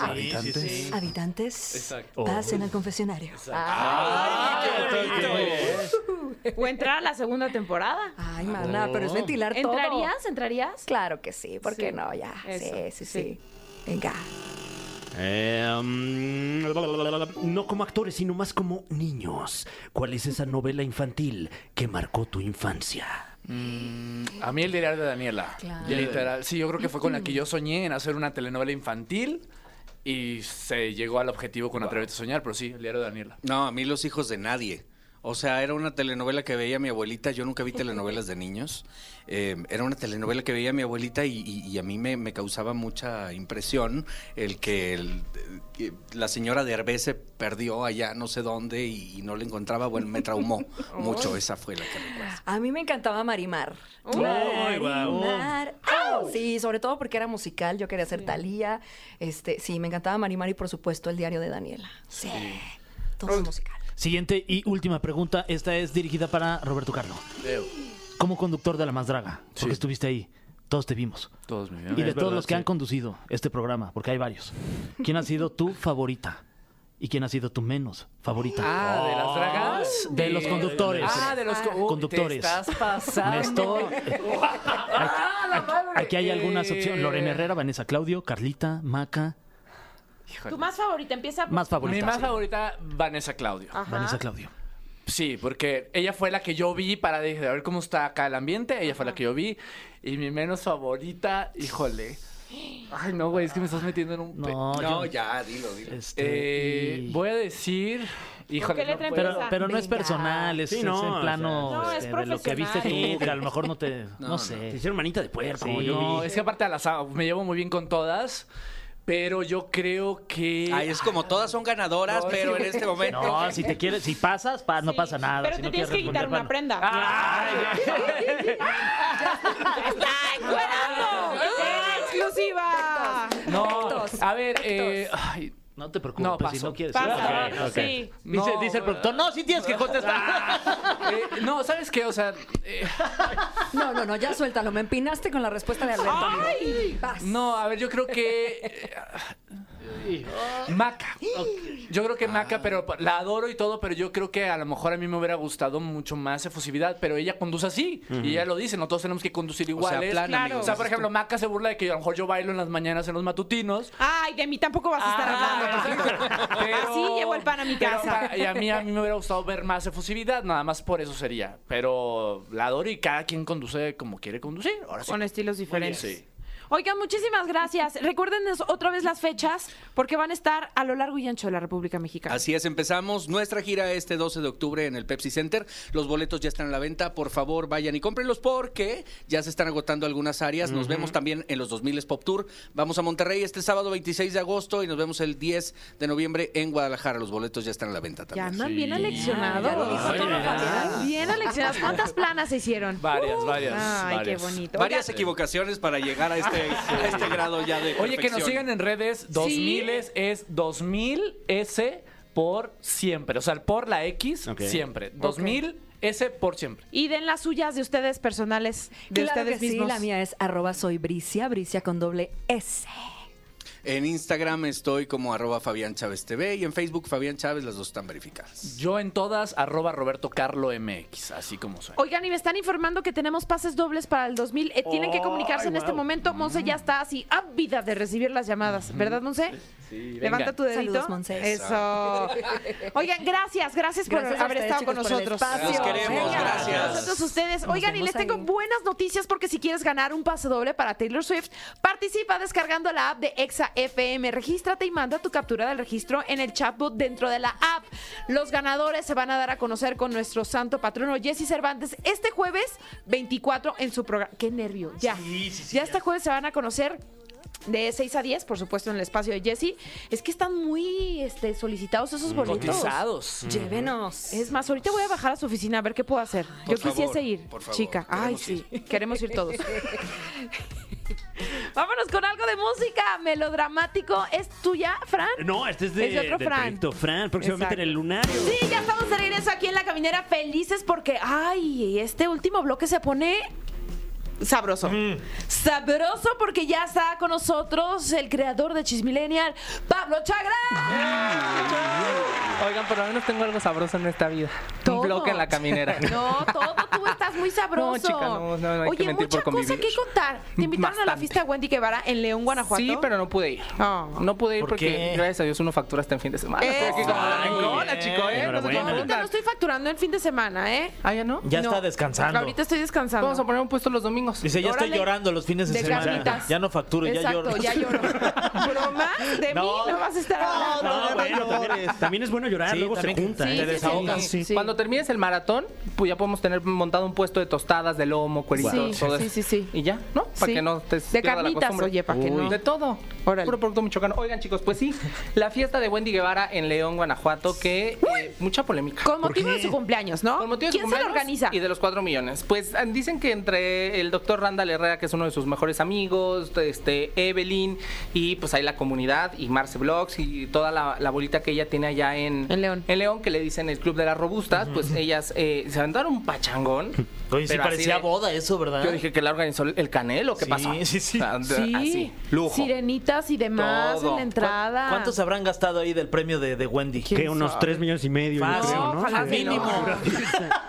Habitantes.
Habitantes, pasen al confesionario.
O entrar a la segunda temporada.
Ah,
Ay, maná, pero es ventilar todo.
¿Entrarías? ¿Entrarías?
Claro que sí, ¿por qué
Sí,
no? Ya,
eso,
sí,
sí.
sí, sí. Venga.
Eh, mm, no como actores, sino más como niños. ¿Cuál es esa novela infantil que marcó tu infancia?
A mí el diario de Daniela.
Claro.
Literal. Sí, yo creo que fue con la que yo soñé en hacer una telenovela infantil y se llegó al objetivo con Atrévete a soñar, pero sí, el diario de Daniela.
No, a mí los hijos de nadie. O sea, era una telenovela que veía mi abuelita. Yo nunca vi telenovelas de niños. Eh, era una telenovela que veía mi abuelita y, y- y a mí me, me causaba mucha impresión el que el- que la señora de Hervé se perdió allá no sé dónde y, y no la encontraba. Bueno, me traumó mucho. Esa fue la que recuerdo.
A mí me encantaba Marimar.
Uh.
Ay, guau.
Marimar.
Ah.
¡Au! Sí, sobre todo porque era musical, yo quería ser Talía. Este, sí, me encantaba Marimar y por supuesto el diario de Daniela. Sí. Todo es musical.
Siguiente y última pregunta. Esta es dirigida para Roberto Carlo. Como conductor de La Más Draga, porque estuviste ahí, todos te vimos.
Todos me
Y de todos los que han conducido este programa, porque hay varios, ¿quién ha sido tu favorita? ¿Y quién ha sido tu menos favorita?
Ah, de las dragas.
De los conductores.
Ah, de los co- Uy,
Conductores.
Te estás pasando.
Me estoy-
Ah, la madre.
Aquí hay algunas opciones. Lorena Herrera, Vanessa Claudio, Carlita, Maca,
¿Tu más favorita empieza por...
más favorita.
Mi más favorita, Vanessa Claudio.
Ajá.
Vanessa Claudio.
Sí, porque ella fue la que yo vi para dije, a ver cómo está acá el ambiente. Ella fue la que yo vi. Y mi menos favorita, híjole. Ay, no, güey, es que me estás metiendo en un... pe-
No,
No,
yo-
ya, dilo, dilo.
este,
Eh,
y- pues,
Voy a decir... Híjole,
qué
no
letra
puedo.
pero, pero no es
Venga.
personal, es,
Sí,
es
no, o
en plano
sea, No, es
este, de lo que viste
profesional.
tú, que a lo mejor no te. No,
no.
Te
sé.
hicieron manita de puerco.
Eh. Sí.
yo
No,
vi.
es que aparte a las me llevo muy bien con todas, pero yo creo que
Ay, es como todas son ganadoras,
No,
pero
sí.
en este momento.
No, si te quieres, si pasas, pa- no
Sí,
pasa nada.
Pero
si
te
no
tienes
quieres
que quitar
responder,
una
bueno.
prenda. ¡Está encuerando! ¡Exclusiva!
no,
Perfectos,
a ver, eh,
perfectos.
ay,
No te preocupes,
No,
si
paso.
no quieres.
Pasa.
Ok, Ah, ok.
Sí.
No,
Dice, dice el productor, no, si tienes que contestar.
eh, no, ¿sabes qué? O sea, eh,
No, no, no, ya suéltalo. Me empinaste con la respuesta de Alberto. amigo. Vas.
no, a ver, yo creo que eh, Maca. Yo creo que Maca, pero
Ah.
la adoro y todo, pero yo creo que a lo mejor a mí me hubiera gustado mucho más efusividad, pero ella conduce así y ella lo dice, no todos tenemos que conducir iguales.
plan, Claro.
O sea, por ejemplo, Maca se burla de que a lo mejor yo bailo en las mañanas en los matutinos.
Ay, de mí tampoco vas a estar
Ah,
hablando.
exacto. Pero-
Así llevo el pan a mi
pero
casa.
pa- y a mí, a mí me hubiera gustado ver más efusividad, nada más por eso sería. Pero la adoro y cada quien conduce como quiere conducir. Ahora sí.
Con estilos diferentes.
Sí.
Oigan, muchísimas gracias. Recuerden otra vez las fechas porque van a estar a lo largo y ancho de la República Mexicana.
Así es, empezamos nuestra gira este 12 de octubre en el Pepsi Center. Los boletos ya están a la venta. Por favor, vayan y cómprenlos porque ya se están agotando algunas áreas. Nos vemos también en los 2000 Pop Tour. Vamos a Monterrey este sábado 26 de agosto y nos vemos el 10 de noviembre en Guadalajara. Los boletos ya están a la venta
Ya
también.
andan bien aleccionados.
Ya lo dijo
Ay,
todo,
mira.
Fabián.
Bien aleccionados. ¿Cuántas planas se hicieron?
Varias, varias.
Ay,
varias.
qué bonito.
Varias equivocaciones para llegar a este, a este grado ya de.
Oye, que nos
perfección.
sigan en redes. 2000 es, es 2000 S por siempre. O sea, por la X
Ok.
siempre. 2000 S por siempre.
Y den las suyas de ustedes personales, de
claro
ustedes
que
mismos.
sí, la mía es arroba soy Bricia, Bricia con doble S.
En Instagram estoy como arroba Fabián Chávez TV y en Facebook Fabián Chávez, las dos están verificadas.
Yo en todas, arroba Roberto Carlo MX, así como soy.
Oigan, y me están informando que tenemos pases dobles para el 2000. Eh, tienen que comunicarse en este momento. Monse ya está así ávida de recibir las llamadas, ¿verdad, Monse? Sí, Levanta
venga.
tu dedito.
Saludos, Monse.
Eso. Oigan, gracias, gracias por
Gracias a
haber
ustedes,
estado con
chicos, por el
nosotros.
espacio.
Los queremos,
Venga,
gracias.
Nosotros ustedes.
Nos
Oigan, y
vemos
les tengo
ahí.
buenas noticias porque si quieres ganar un pase doble para Taylor Swift, participa descargando la app de Exa FM. Regístrate y manda tu captura del registro en el chatbot dentro de la app. Los ganadores se van a dar a conocer con nuestro santo patrono Jesse Cervantes este jueves 24 en su programa. Qué nervio, ya. ya este jueves se van a conocer de 6 a 10, por supuesto, en el espacio de Jesse. Es que están muy este, solicitados
Mm,
esos boletos.
Cotizados.
Llévenos.
Es más, ahorita voy a bajar a su oficina a ver qué puedo hacer.
Por
Yo quisiese
favor,
ir,
por favor,
chica. Ay,
queremos
sí, queremos ir todos. Vámonos con algo de música melodramático. ¿Es tuya, Fran?
No, este es de,
Es de otro
del
Fran.
proyecto Fran, próximamente
Exacto.
en el Lunario.
Sí, ya estamos de regreso aquí en La Caminera felices porque, ay, este último bloque se pone sabroso. Sabroso porque ya está con nosotros el creador de Chismillennial, Pablo Chagra.
Oigan, por lo menos tengo algo sabroso en esta vida.
Todo.
Un bloque en la caminera.
No, todo tú estás muy sabroso.
No, chica, no, no, no hay
Oye,
que mentir
mucha
por
cosa
convivir.
que contar. Te invitaron a la
Bastante.
fiesta de Wendy Guevara en León, Guanajuato.
Sí, pero no pude ir.
Ah.
No pude ir
¿Por
porque,
qué?
gracias a Dios, uno factura hasta en fin de semana.
Eso.
Estoy aquí como la
Ay,
rengona,
bien.
chico, ¿eh? No se
Enhorabuena.
Ahorita no
confundan.
estoy facturando en fin de semana, ¿eh?
Ah, ¿ya no?
Ya
No.
está descansando.
Ahorita estoy descansando.
Vamos a poner un puesto los domingos.
Dice, ya
Órale.
estoy llorando los fines de,
de
semana.
carnitas.
Ya no facturo,
Exacto,
ya
ya
lloro.
lloro. ¿Broma? De mí no vas a estar hablando.
no,
No, bueno, también, también es bueno llorar,
Sí,
luego se
también.
junta.
Sí,
¿eh?
sí, sí.
desahogas.
Sí.
Cuando termines el maratón, pues ya podemos tener montado un puesto de tostadas, de lomo, cuerito,
Sí,
todo
sí,
eso.
sí, sí.
Y ya, ¿no? Para
Sí.
que no te
De
pierda la
carnitas,
costumbre.
oye, para que
Uy.
no.
De todo.
Órale.
Puro producto michoacano. Oigan, chicos, pues sí, la fiesta de Wendy Guevara en León, Guanajuato, que eh, mucha polémica.
Con motivo de su cumpleaños, ¿no?
Con motivo de su
Oh, ¿Quién se lo
cumpleaños
organiza?
Y de los 4 millones. Pues ah, dicen que entre el doctor Randall Herrera, que es uno de sus mejores amigos, este Evelyn, y pues ahí la comunidad, y Marce Blogs, y toda la, la bolita que ella tiene allá en,
En León.
En León, que le dicen el Club de las Robustas, pues ellas eh, se aventaron un pachangón.
Oye, sí
pero así
parecía
de-
boda eso, ¿verdad?
Yo dije que la organizó el Canelo, ¿qué
Sí,
pasó?
sí, sí.
Ah, de-
Sí,
Así, lujo.
sirenitas y demás
Todo.
en la entrada.
¿Cuántos habrán gastado ahí del premio de, de Wendy?
Que unos 3 millones y medio, yo
Fácil.
creo, ¿no?
ojalá
Sí.
que no.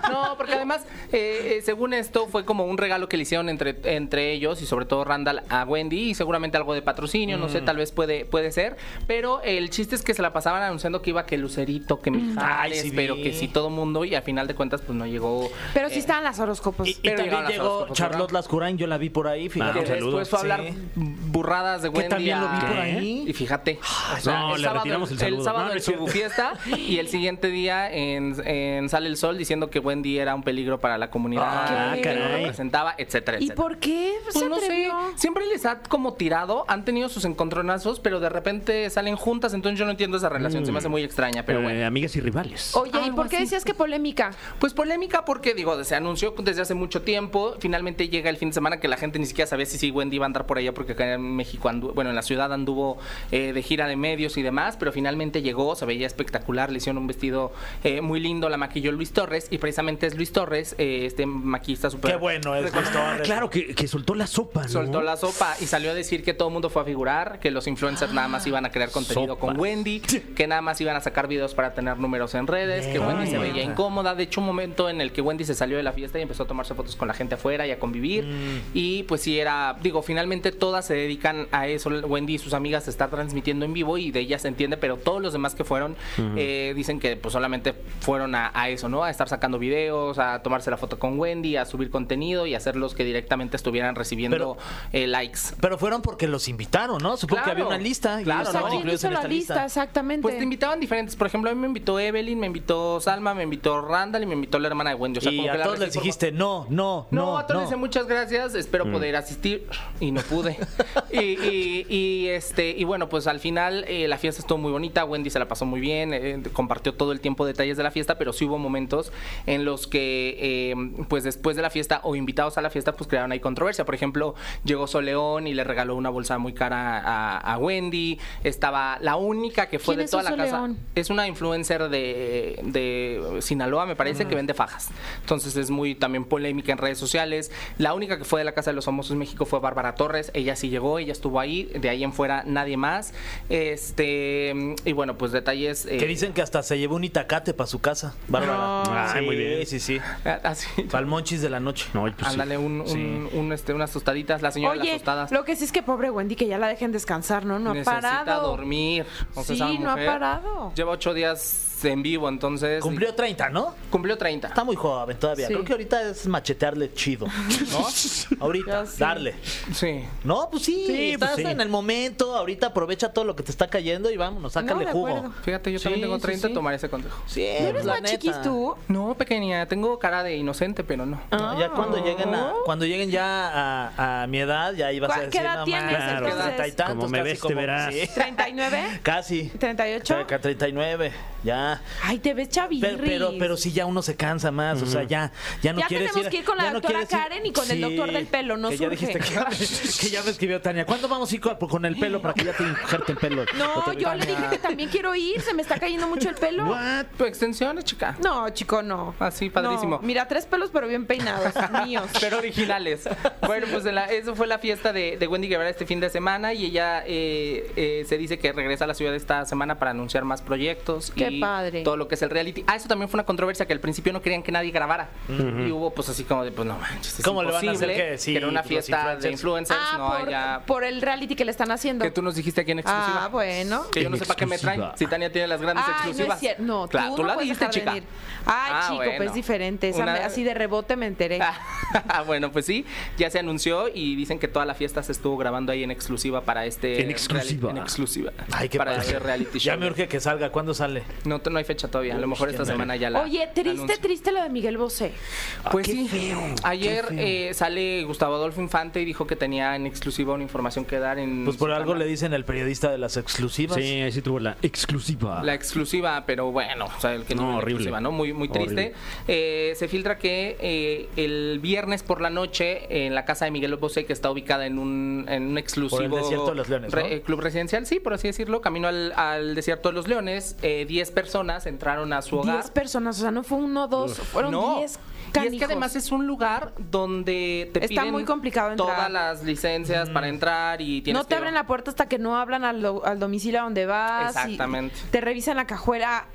No, porque además, eh, eh, según esto, fue como un regalo que le hicieron entre, entre ellos y sobre todo Randall a Wendy y seguramente algo de patrocinio, no sé, tal vez puede, puede ser. Pero el chiste es que se la pasaban anunciando que iba que Lucerito, que Mijares,
sí vi.
pero que sí todo mundo y a final de cuentas pues no llegó.
Pero sí
eh,
estaban las horóscopos.
Y, y
Pero
también
llegaron las
llegó
horóscopos,
Charlotte
¿verdad?
Lascurain, yo la vi por ahí.
que
Fíjate.
Ah, un saludo.
después fue a hablar
Sí.
burradas de Wendy.
también lo vi
a-
por ahí.
Y fíjate. o sea,
Ah, No, le retiramos el saludo.
sábado
No, no
en
es
su fiesta y el siguiente día en, en Sale el Sol diciendo que Wendy era un peligro para la comunidad.
Ah,
que no
caray.
representaba, etcétera,
¿Y
etcétera.
por qué
Pues
se
no sé,
atrevió?
siempre les ha como tirado, han tenido sus encontronazos, pero de repente salen juntas, entonces yo no entiendo esa relación, se me hace muy extraña, pero
Eh,
bueno.
Amigas y rivales.
Oye, ¿y
Algo
por qué
así.
decías que polémica?
Pues polémica porque, digo, se anunció desde hace mucho tiempo. Finalmente llega el fin de semana que la gente ni siquiera sabía si sí Wendy iba a andar por allá porque acá en México, andu- bueno, en la ciudad anduvo eh, de gira de medios y demás, pero finalmente llegó, se veía espectacular, le hicieron un vestido eh, muy lindo, la maquilló Luis Torres y precisamente es Luis Torres, eh, este maquillista súper...
Qué bueno es Luis
Ah,
Torres.
claro, que, que soltó la sopa, ¿no?
Soltó la sopa y salió a decir que todo el mundo fue a figurar, que los influencers nada más iban a crear contenido con Wendy, que nada más iban a sacar videos para tener números en redes, que Wendy se veía incómoda. De hecho, un momento en el que Wendy se salió de la fiesta y empezó a tomarse fotos con la gente afuera y a convivir.
Mm.
Y pues sí era, digo, finalmente todas se dedican a eso. Wendy y sus amigas se está transmitiendo en vivo y de ellas se entiende, pero todos los demás que fueron eh, dicen que pues solamente fueron a, a eso, ¿no? A estar sacando videos, a tomarse la foto con Wendy, a subir contenido y hacer los que directamente estuvieran recibiendo
Pero-
eh, likes.
Pero fueron porque los invitaron, ¿no? Supongo que
Claro.
había una lista. y
Claro,
ellos
O sea,
estaban
Ah, ¿no?
¿quién
incluidos
hizo
en
la
esta
lista? Exactamente.
Pues te invitaban diferentes. Por ejemplo, a mí me invitó Evelyn, me invitó Salma, me invitó Randall y me invitó la hermana de Wendy. O sea,
y
como que
a
la
todos les
recibí por-
dijiste, no, no,
No,
no.
a todos les dije muchas gracias, espero poder asistir y no pude. y, y- y, este y bueno, pues al final eh, la fiesta estuvo muy bonita, Wendy se la pasó muy bien, eh, compartió todo el tiempo detalles de la fiesta, pero sí hubo momentos en los que eh, pues después de la fiesta o invitados a la fiesta pues crearon ahí controversia. Por ejemplo, llegó Soleón y le regaló una bolsa muy cara a, a Wendy, estaba la única que fue
¿Quién
de
es
toda la
Sol
casa.
León?
Es una influencer de, de Sinaloa, me parece, que vende fajas. Entonces es muy también polémica en redes sociales. La única que fue de la Casa de los Famosos México fue Bárbara Torres. Ella sí llegó, ella estuvo ahí. De ahí en fuera nadie más. Este Y bueno, pues detalles... eh,
Que dicen que hasta se llevó un itacate para su casa. Bárbara.
Ay, muy bien.
Sí, sí, sí.
ah, Así.
Pa'l monchis de la noche.
No, pues sí.
Ándale, un, un- un, este, unas tostaditas. La señora de las
Oye,
tostadas.
lo que sí es que pobre Wendy, que ya la dejen descansar, ¿no? No ha
Necesita
parado.
dormir. O
Sí,
sea, esa
no ha
mujer
parado.
Lleva ocho días en vivo, entonces...
Cumplió 30, ¿no?
Cumplió 30.
Está muy joven todavía.
Sí.
Creo que ahorita es machetearle chido, ¿no? ahorita, darle.
Sí.
No, pues sí,
Sí,
estás
pues sí.
en el momento, ahorita aprovecha todo lo que te está cayendo y vámonos, sácale
de
jugo.
acuerdo.
Fíjate, yo también
Sí,
tengo
sí,
30,
sí.
tomaré ese consejo.
Sí,
¿No
pues,
eres
la
más
neta.
chiquis tú?
No, pequeña, tengo cara de inocente, pero no.
No, ya cuando lleguen a, cuando lleguen ya a, a mi edad, ya ibas a
Oh. ¿Cuál-
decir,
qué edad
no
tienes,
manches,
Claro.
treinta y
entonces?
tantos,
Como me
casi
ves, te verás.
sí,
¿39?
casi.
¿38?
Acá 39, ya.
Ay, te ves chavirris.
Pero, pero, pero sí ya uno se cansa más, o sea, ya, ya no
Ya
quieres
tenemos que ir con la
ya no
doctora
quieres ir-
Karen y con el doctor del pelo, no
que ya
surge.
dijiste que, que ya me escribió Tania. ¿Cuándo vamos a ir con con el pelo para que ya te injerten pelo?
No,
Doctora
yo le dije que también quiero ir, se me está cayendo mucho el pelo.
Tu extensiones, chica.
No, chico, no.
Así, padrísimo.
No, Mira, tres pelos, pero bien peinados, míos.
Pero originales. Bueno, pues de la- eso fue la fiesta de, de Wendy Guevara este fin de semana y ella eh, eh, se dice que regresa a la ciudad esta semana para anunciar más proyectos.
Qué
y
padre.
Todo lo que es el reality. Ah, eso también fue una controversia que al principio no querían que nadie grabara. Y hubo pues así como de, pues no manches. Es
¿Cómo le van a hacer
imposible
que sí,
era una
los
fiesta de influencers,
ah,
no
por,
haya...
por el reality que le están haciendo.
Que tú nos dijiste aquí en exclusiva.
ah, bueno.
Que yo no sepa qué me traen. Si Tania tiene las grandes
Ay,
exclusivas.
no es cierto. No,
Claro,
tú,
tú
no
la
puedes
dijiste,
dejar
chica.
venir. Ay,
Ah,
chico,
bueno.
pues es diferente. esa
Una-
me- Así de rebote me enteré.
Ah, bueno, pues sí, ya se anunció y dicen que toda la fiesta se estuvo grabando ahí en exclusiva para este.
En exclusiva.
reali- En exclusiva.
Ay, qué
para
padre.
este reality show.
Ya me urge que salga. ¿Cuándo sale?
No, te- no hay fecha todavía. A lo mejor esta semana ya la.
Oye, triste,
anuncian.
triste lo de Miguel Bosé.
Ah,
Pues sí. Ayer eh, sale Gustavo Adolfo Infante y dijo que tenía en exclusiva una información que dar en.
Pues por
su
algo
canal.
le dicen el periodista de las exclusivas.
Sí, ahí sí tuvo la exclusiva.
La exclusiva, pero bueno, o sea, el que
No,
no, era
horrible.
exclusiva, ¿no? Muy, muy triste.
Horrible.
Eh, se filtra que eh, el viernes por la noche en la casa de Miguel Bosé, que está ubicada en un, en un exclusivo
desierto de los Leones, ¿no?
eh, club residencial, sí, por así decirlo, camino al, al desierto de los leones, eh, 10 personas entraron a su hogar.
Diez personas, o sea, no fue uno, dos, fueron
No.
diez
Y es que
canijos.
además es un lugar donde te
Está
piden
muy complicado entrar.
todas las licencias para entrar y tienes
no te
que-
abren la puerta hasta que no hablan al, do- al domicilio a donde vas. y
Exactamente.
Te revisan la cajuela.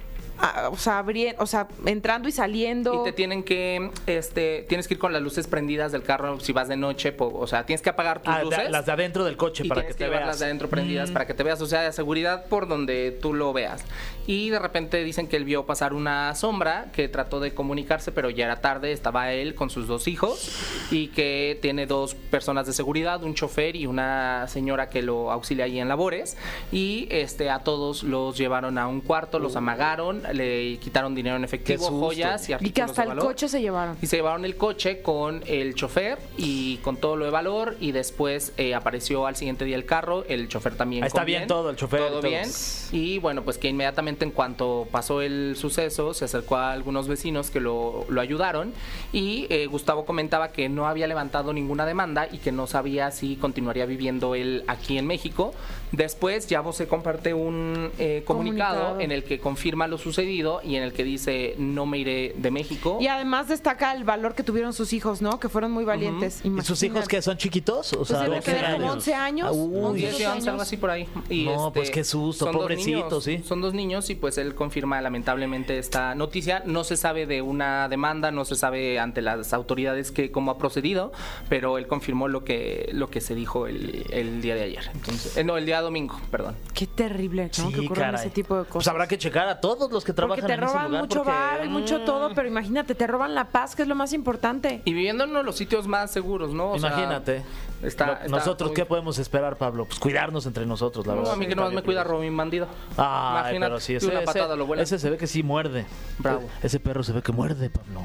ah, o sea, abri- o sea, entrando y saliendo.
Y te tienen que, este, tienes que ir con las luces prendidas del carro si vas de noche, po- o sea, tienes que apagar tus
Ah,
luces.
de- las de adentro del coche
y
para que
tienes
te
que
veas.
llevarlas de adentro
Mm.
prendidas para que te veas, o sea, de seguridad por donde tú lo veas. Y de repente dicen que él vio pasar una sombra que trató de comunicarse, pero ya era tarde, estaba él con sus dos hijos y que tiene dos personas de seguridad, un chofer y una señora que lo auxilia ahí en labores. Y este a todos los llevaron a un cuarto, los amagaron, le quitaron dinero en efectivo,
susto.
joyas y
Oh. Y
artículos
que hasta
de
el
valor.
coche se llevaron.
Y se llevaron el coche con el chofer y con todo lo de valor. Y después eh, apareció al siguiente día el carro. El chofer también.
Ah, Está
con
bien todo, el chofer y
Todo
todo.
bien. Y bueno, pues que inmediatamente en cuanto pasó el suceso, se acercó a algunos vecinos que lo, lo ayudaron. Y eh, Gustavo comentaba que no había levantado ninguna demanda y que no sabía si continuaría viviendo él aquí en México. Después, ya se comparte un eh,
Comunicado.
comunicado en el que confirma lo sucedido y en el que dice: No me iré de México.
Y además destaca el valor que tuvieron sus hijos, ¿no? Que fueron muy valientes.
¿Y sus hijos
que
que son chiquitos? O
Pues
sea,
debe
¿de qué
tener como
años?
11 años.
Ah, uy,
11,
Sí,
12
sí, once, algo
años.
así por ahí. este,
No, pues, qué susto,
son dos
pobrecito,
niños,
sí.
Son dos niños y pues él confirma lamentablemente esta noticia. No se sabe de una demanda, no se sabe ante las autoridades que cómo ha procedido, pero él confirmó lo que lo que se dijo el, el día de ayer. Entonces, eh, no, el día domingo, perdón.
Qué terrible, ¿no? que
Sí,
ocurran
caray.
ese tipo de cosas.
Pues habrá que checar a todos los que
porque
trabajan
te
en ese
roban
lugar,
mucho
porque,
bar y mucho
mm,
todo, pero imagínate, te roban la paz, que es lo más importante.
Y viviendo en uno de los sitios más seguros, ¿no? O sea,
Imagínate.
está-
Lo-
está
nosotros,
muy-
¿qué podemos esperar, Pablo? Pues cuidarnos entre nosotros, la
No,
verdad.
a mí que
Está
nomás
bien
me cuida
peligroso.
Robin Bandido.
Ay,
Imagínate,
pero sí,
de
ese,
una patada
ese-
lo vuela.
ese se ve que sí muerde.
Bravo. Ah.
Ese perro se ve que muerde, Pablo.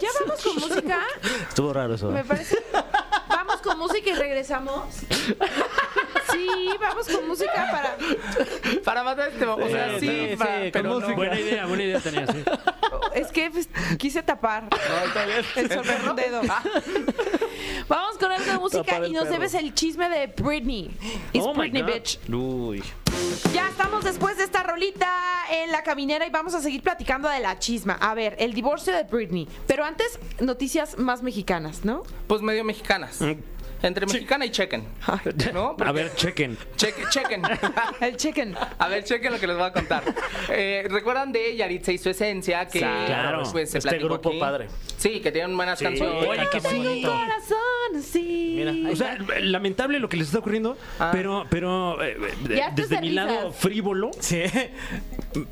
Ya vamos con música.
Estuvo raro eso. ¿eh?
Me parece. Vamos con música y regresamos. Sí, vamos con música para.
Para matar este, o sea,
Sí,
sí,
sí, sí,
va,
con
pero no.
música.
Buena idea, buena idea tenías. ¿eh?
Es que pues, quise tapar
No, está bien.
el sol con un dedo.
Ah.
Vamos con algo de música y nos debes el chisme de Britney. It's
Oh my
Britney,
God.
bitch.
Uy.
Ya estamos después de esta rolita en la caminera y vamos a seguir platicando de la chisma. A ver, el divorcio de Britney. Pero antes, noticias más mexicanas, ¿no?
Pues medio mexicanas. Entre mexicana y chequen. ¿No?
A ver, chequen.
Cheque- chequen.
El chicken.
A ver, chequen lo que les voy a contar. Eh, ¿Recuerdan de Yaritza y su esencia? Que
Claro.
pues, se
Este
platicó
grupo
aquí?
padre.
Sí, que tienen buenas canciones.
Oye, qué bonito.
Corazón, sí.
O sea, lamentable lo que les está ocurriendo, pero, pero eh, eh,
Ya hasta
desde
se
mi
risas.
lado frívolo,
Sí.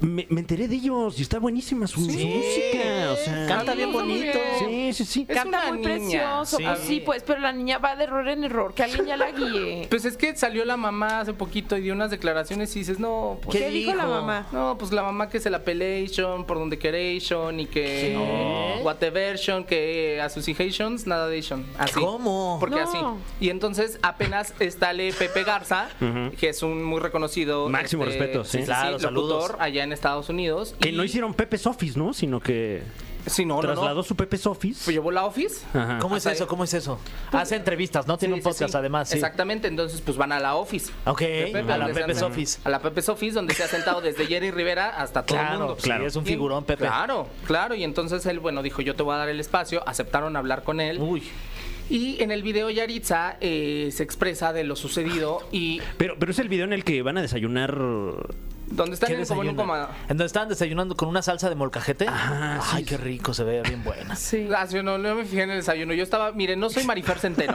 me, me enteré de ellos y está buenísima su música. O sea,
Canta bien
muy
bonito.
Sí, sí, sí.
Es
Canta
una
muy
niña,
precioso.
sí.
Pues sí, pues, pero la niña va de error en error. Que alguien ya la guíe.
Pues es que salió la mamá hace poquito y dio unas declaraciones y dices, no, pues.
¿Qué, dijo la mamá?
No, pues la mamá que es el Appellation, por donde queration y que whateversion, que associations, nada de ation. Así.
¿Cómo?
Porque
No.
así. Y entonces apenas está le Pepe Garza, que es un muy reconocido este,
Máximo respeto, sí.
Claro,
locutor
saludos.
allá en Estados Unidos.
Que
y-
no hicieron Pepe's Office, ¿no? Sino que
Sí, Oh, no, no, no.
trasladó su Pepe's
Pues
Office.
llevó la office.
Ajá.
¿Cómo es
Hasta
eso?
ahí.
¿Cómo es eso? Hace entrevistas, ¿no? Tiene
Sí,
un
sí,
podcast
sí.
además. Sí.
Exactamente, entonces pues van a la office.
Ok,
De Pepe,
a la
donde se
Pepe's
han-
Office.
A la Pepe's Office, donde se ha sentado desde Jerry Rivera hasta todo el
Claro,
mundo.
claro. es un
Y-
figurón, Pepe.
Claro, claro. Y entonces él, bueno, dijo, yo te voy a dar el espacio. Aceptaron hablar con él.
Uy.
Y en el video Yaritza eh, se expresa de lo sucedido y
Pero, pero es el video en el que van a desayunar.
donde están
¿Qué
en, como en un
desayunan?
coma.
¿En donde estaban desayunando con una salsa de molcajete?
Ah, sí,
Ay, qué rico, se ve bien buena.
Sí.
Ah, sí, no, no me fijé en el desayuno. Yo estaba, mire, no soy Marifer Centeno.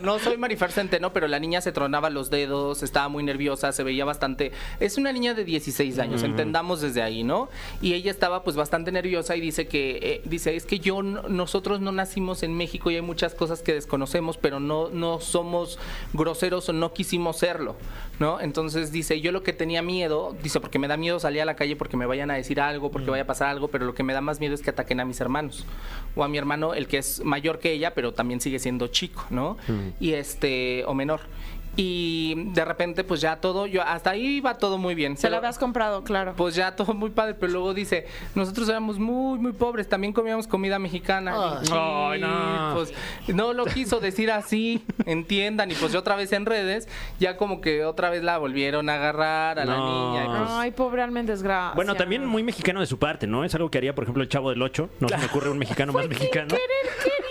No soy Marifer Centeno, pero la niña se tronaba los dedos, estaba muy nerviosa, se veía bastante. Es una niña de 16 años, entendamos desde ahí, ¿no? Y ella estaba pues bastante nerviosa y dice que, eh, dice, es que yo, no- nosotros no nacimos en México y hay muchas cosas que desconocemos, pero no, no somos groseros o no quisimos serlo, ¿no? Entonces dice, yo lo que tenía miedo, dice, porque me da miedo salir a la calle porque me vayan a decir algo, porque vaya a pasar algo, pero lo que me da más miedo es que ataquen a mis hermanos o a mi hermano, el que es mayor que ella, pero también sigue siendo chico, ¿no? Y este, o menor. Y de repente, pues ya todo, yo hasta ahí va todo muy bien.
Se lo
Pero-
habías comprado, claro.
pues ya todo muy padre, pero luego dice, nosotros éramos muy, muy pobres, también comíamos comida mexicana. Y,
Ay, no.
Pues no lo quiso decir así, entiendan, y pues yo otra vez en redes, ya como que otra vez la volvieron a agarrar a
No.
la niña. y pues,
Ay, pobre Almen, desgracia.
Bueno, también muy mexicano de su parte, ¿no? Es algo que haría, por ejemplo, el Chavo del Ocho. No se me ocurre un mexicano más mexicano.
Querer, queriendo.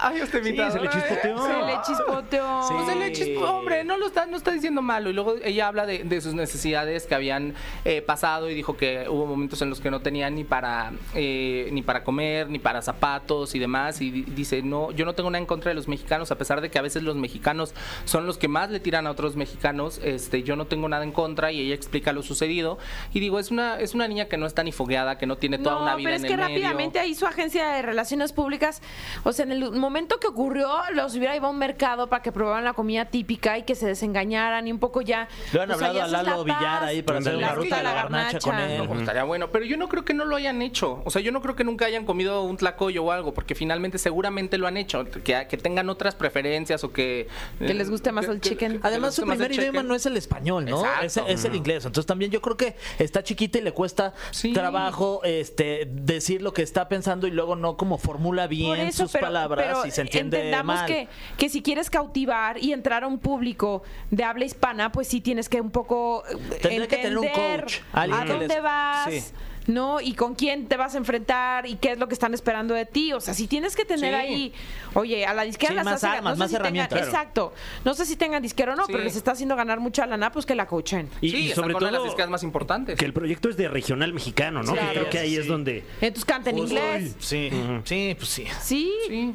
Ay, este
Sí,
invitado.
se le chispoteó.
Se le chispoteó.
Pues se le chispo- hombre, no lo está, no está diciendo malo. Y luego ella habla de, de sus necesidades que habían eh, pasado y dijo que hubo momentos en los que no tenía ni para eh, ni para comer, ni para zapatos y demás. Y di- dice, no, yo no tengo nada en contra de los mexicanos, a pesar de que a veces los mexicanos son los que más le tiran a otros mexicanos, este, yo no tengo nada en contra, y ella explica lo sucedido. Y digo, es una, es una niña que no está ni fogueada, que no tiene toda
No,
una vida
pero es
en
que
el medio.
rápidamente ahí su agencia de relaciones públicas, o sea, en el momento que ocurrió, los hubiera ido a un mercado para que probaran la comida típica y que se desengañaran y un poco ya.
Le han
o sea,
hablado
ya esa
a
es la
Lalo Villar
paz,
ahí para hacer
la
una
lástima
ruta
y
de la garnacha con
garnacha.
él.
No, pues, estaría bueno, pero yo no creo que no lo hayan hecho. O sea, yo no creo que nunca hayan comido un tlacoyo o algo, porque finalmente seguramente lo han hecho. Que, que tengan otras preferencias o que.
Que les guste más el chicken.
Además, su primer idioma no es el español, ¿no?
Exacto.
Es, es el inglés. Entonces, también yo creo que está chiquita y le cuesta
Sí.
trabajo este, decir lo que está pensando y luego no como formula bien sus palabras
pero
y se entiende
entendamos
mal.
Que, que si quieres cautivar y entrar a un público de habla hispana, pues sí tienes que un poco eh,
Tendría
entender
que tener un coach, alguien
a
que les-
dónde vas,
sí.
¿no? Y con quién te vas a enfrentar y qué es lo que están esperando de ti. O sea, si tienes que tener
Sí.
ahí, oye, a la disquera
Sí,
las
más
hace-
armas,
sé
más
si tengan-
herramientas.
exacto. No sé si tengan disquera o no,
Sí.
pero les está haciendo ganar mucha lana, pues que la coachen.
Y,
Sí,
y
están
sobre
con las
todo
discas más importantes.
que el proyecto es de regional mexicano, ¿no? Que
Claro.
creo que ahí
Sí.
es donde
Entonces canta en inglés.
Sí, sí, pues sí.
Sí.
Sí.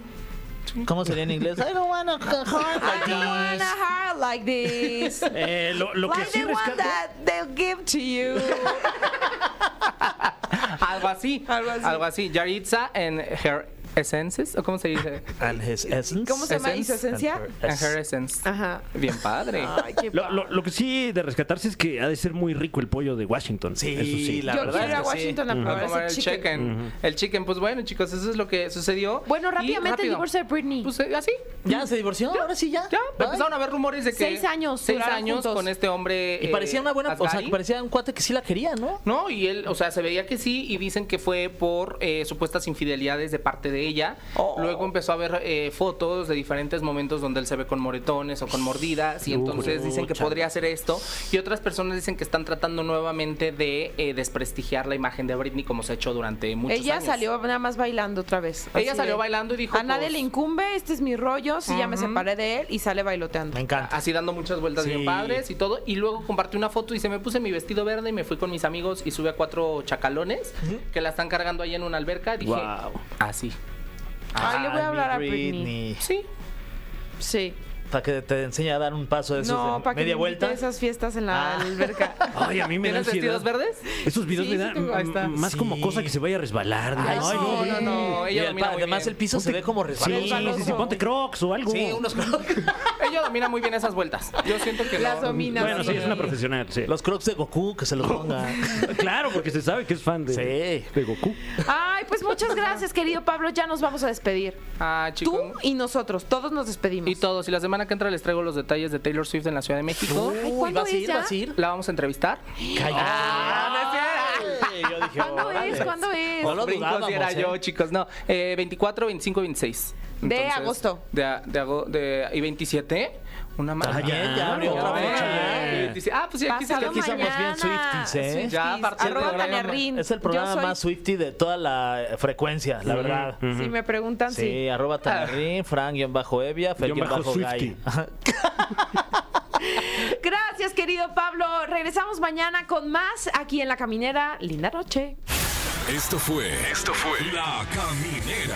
¿Cómo sería en inglés? I don't wanna go
I
hard like
don't
this.
wanna hard like this.
Eh, lo, lo que
Like
sí
the one
rescato
that they'll give to you.
Algo así.
Algo así.
Yaritza and her essences. ¿O cómo se dice?
And his essence.
¿Cómo se llama? ¿Y su
Essence.
esencia?
and her essence.
Ajá.
Bien padre.
Ay, qué
lo, lo- lo que sí de rescatarse es que ha de ser muy rico el pollo de Washington.
Sí,
eso sí.
la
Yo
verdad
quiero
es
ir a
que sí.
Washington a
Este, A
probar
comer
ese
el
chicken.
chicken. El chicken, pues bueno, chicos, eso es lo que sucedió.
Bueno,
Y
rápidamente el
rápido.
divorcio de Britney.
Pues eh, así.
¿Ya se divorció? Ahora sí ya.
Ya,
Bye.
empezaron a haber rumores de que.
Seis años
Seis
duraron
años
juntos.
con este hombre.
Y
eh,
parecía una buena, o sea,
Asghari.
parecía un cuate que sí la quería, ¿no?
No, y él, o sea, se veía que sí, y dicen que fue por eh, supuestas infidelidades de parte de ella.
Oh.
Luego empezó a ver eh, fotos de diferentes momentos donde él se ve con moretones o con mordidas, y entonces dicen que podría hacer esto. Y otras personas dicen que están tratando nuevamente de eh, desprestigiar la imagen de Britney como se ha hecho durante muchos
Ella
años.
salió nada más bailando otra vez.
Ella
Así
salió
de,
bailando y dijo,
A nadie
pues,
le incumbe, este es mi rollo, si ya me separé de él y sale bailoteando.
Me encanta.
Así dando muchas vueltas
Sí.
bien padres y todo. Y luego compartí una foto y se me puse mi vestido verde y me fui con mis amigos y sube a cuatro chacalones que la están cargando ahí en una alberca. Dije,
Guau.
así.
Ah, Ay, le voy a hablar a Britney.
Sí.
Sí.
Para que te enseñe a dar un paso de esos
No,
de
para que
media
me
vuelta.
invite a esas fiestas en la
Ah.
alberca.
Ay, a mí me da
¿Tienes
ansiedad.
vestidos verdes?
Esos videos
Sí,
me
sí
dan
tengo. Ahí está.
mm, más como
Sí.
cosa que se vaya a resbalar. ¿no?
Ay,
Ay,
no,
sí.
no, no, ella
Y el
domina
pa-
muy
además
bien.
el piso se ve como
Sí,
resbaloso.
sí, sí,
resbaloso.
ponte crocs o algo.
Sí, unos
Ella domina muy bien esas vueltas. Yo siento que
Las
no.
domina.
Bueno, sí, es una profesional, sí.
Los crocs de Goku, que se los ponga.
Claro, porque se sabe que es fan de,
Sí.
de Goku.
Ay, pues muchas gracias, querido Pablo. Ya nos vamos a despedir.
Ah, chicos.
Tú y nosotros, todos nos despedimos.
Y todos. Y la semana que entra les traigo los detalles de Taylor Swift en la Ciudad de México.
Uy,
¿cuándo
¿vas a
es
ir?
ya?
¿Vas a ir?
La vamos a entrevistar.
Cállate. Ay, yo dije,
¿Cuándo
órale.
es? ¿Cuándo es?
No lo
Brincos
dudábamos,
era
¿eh?
yo, chicos. No, eh, 24, 25, 26.
De agosto.
De, a- de, ago- de- ¿Y 27? Una más.
También, Ah, ya abrió
Otra
otra
vez.
fecha,
Y
¿eh?
26. Ah, pues sí, aquí se
Pasado
aquí somos
mañana.
bien
Swifties, ¿eh?
Swifties.
Ya, a partir
Arroba
del programa.
Tania Rin.
Es el
Yo
programa
soy-
más Swifty de toda la eh, frecuencia,
Mm.
la verdad.
Si me preguntan,
Sí,
sí. Ah.
arroba Tanarín, Frank-Evia,
Guión bajo
Fer-Gay.
Swiftie.
Gracias, querido Pablo. Regresamos mañana con más aquí en La Caminera. Linda noche.
Esto fue. Esto fue. La Caminera.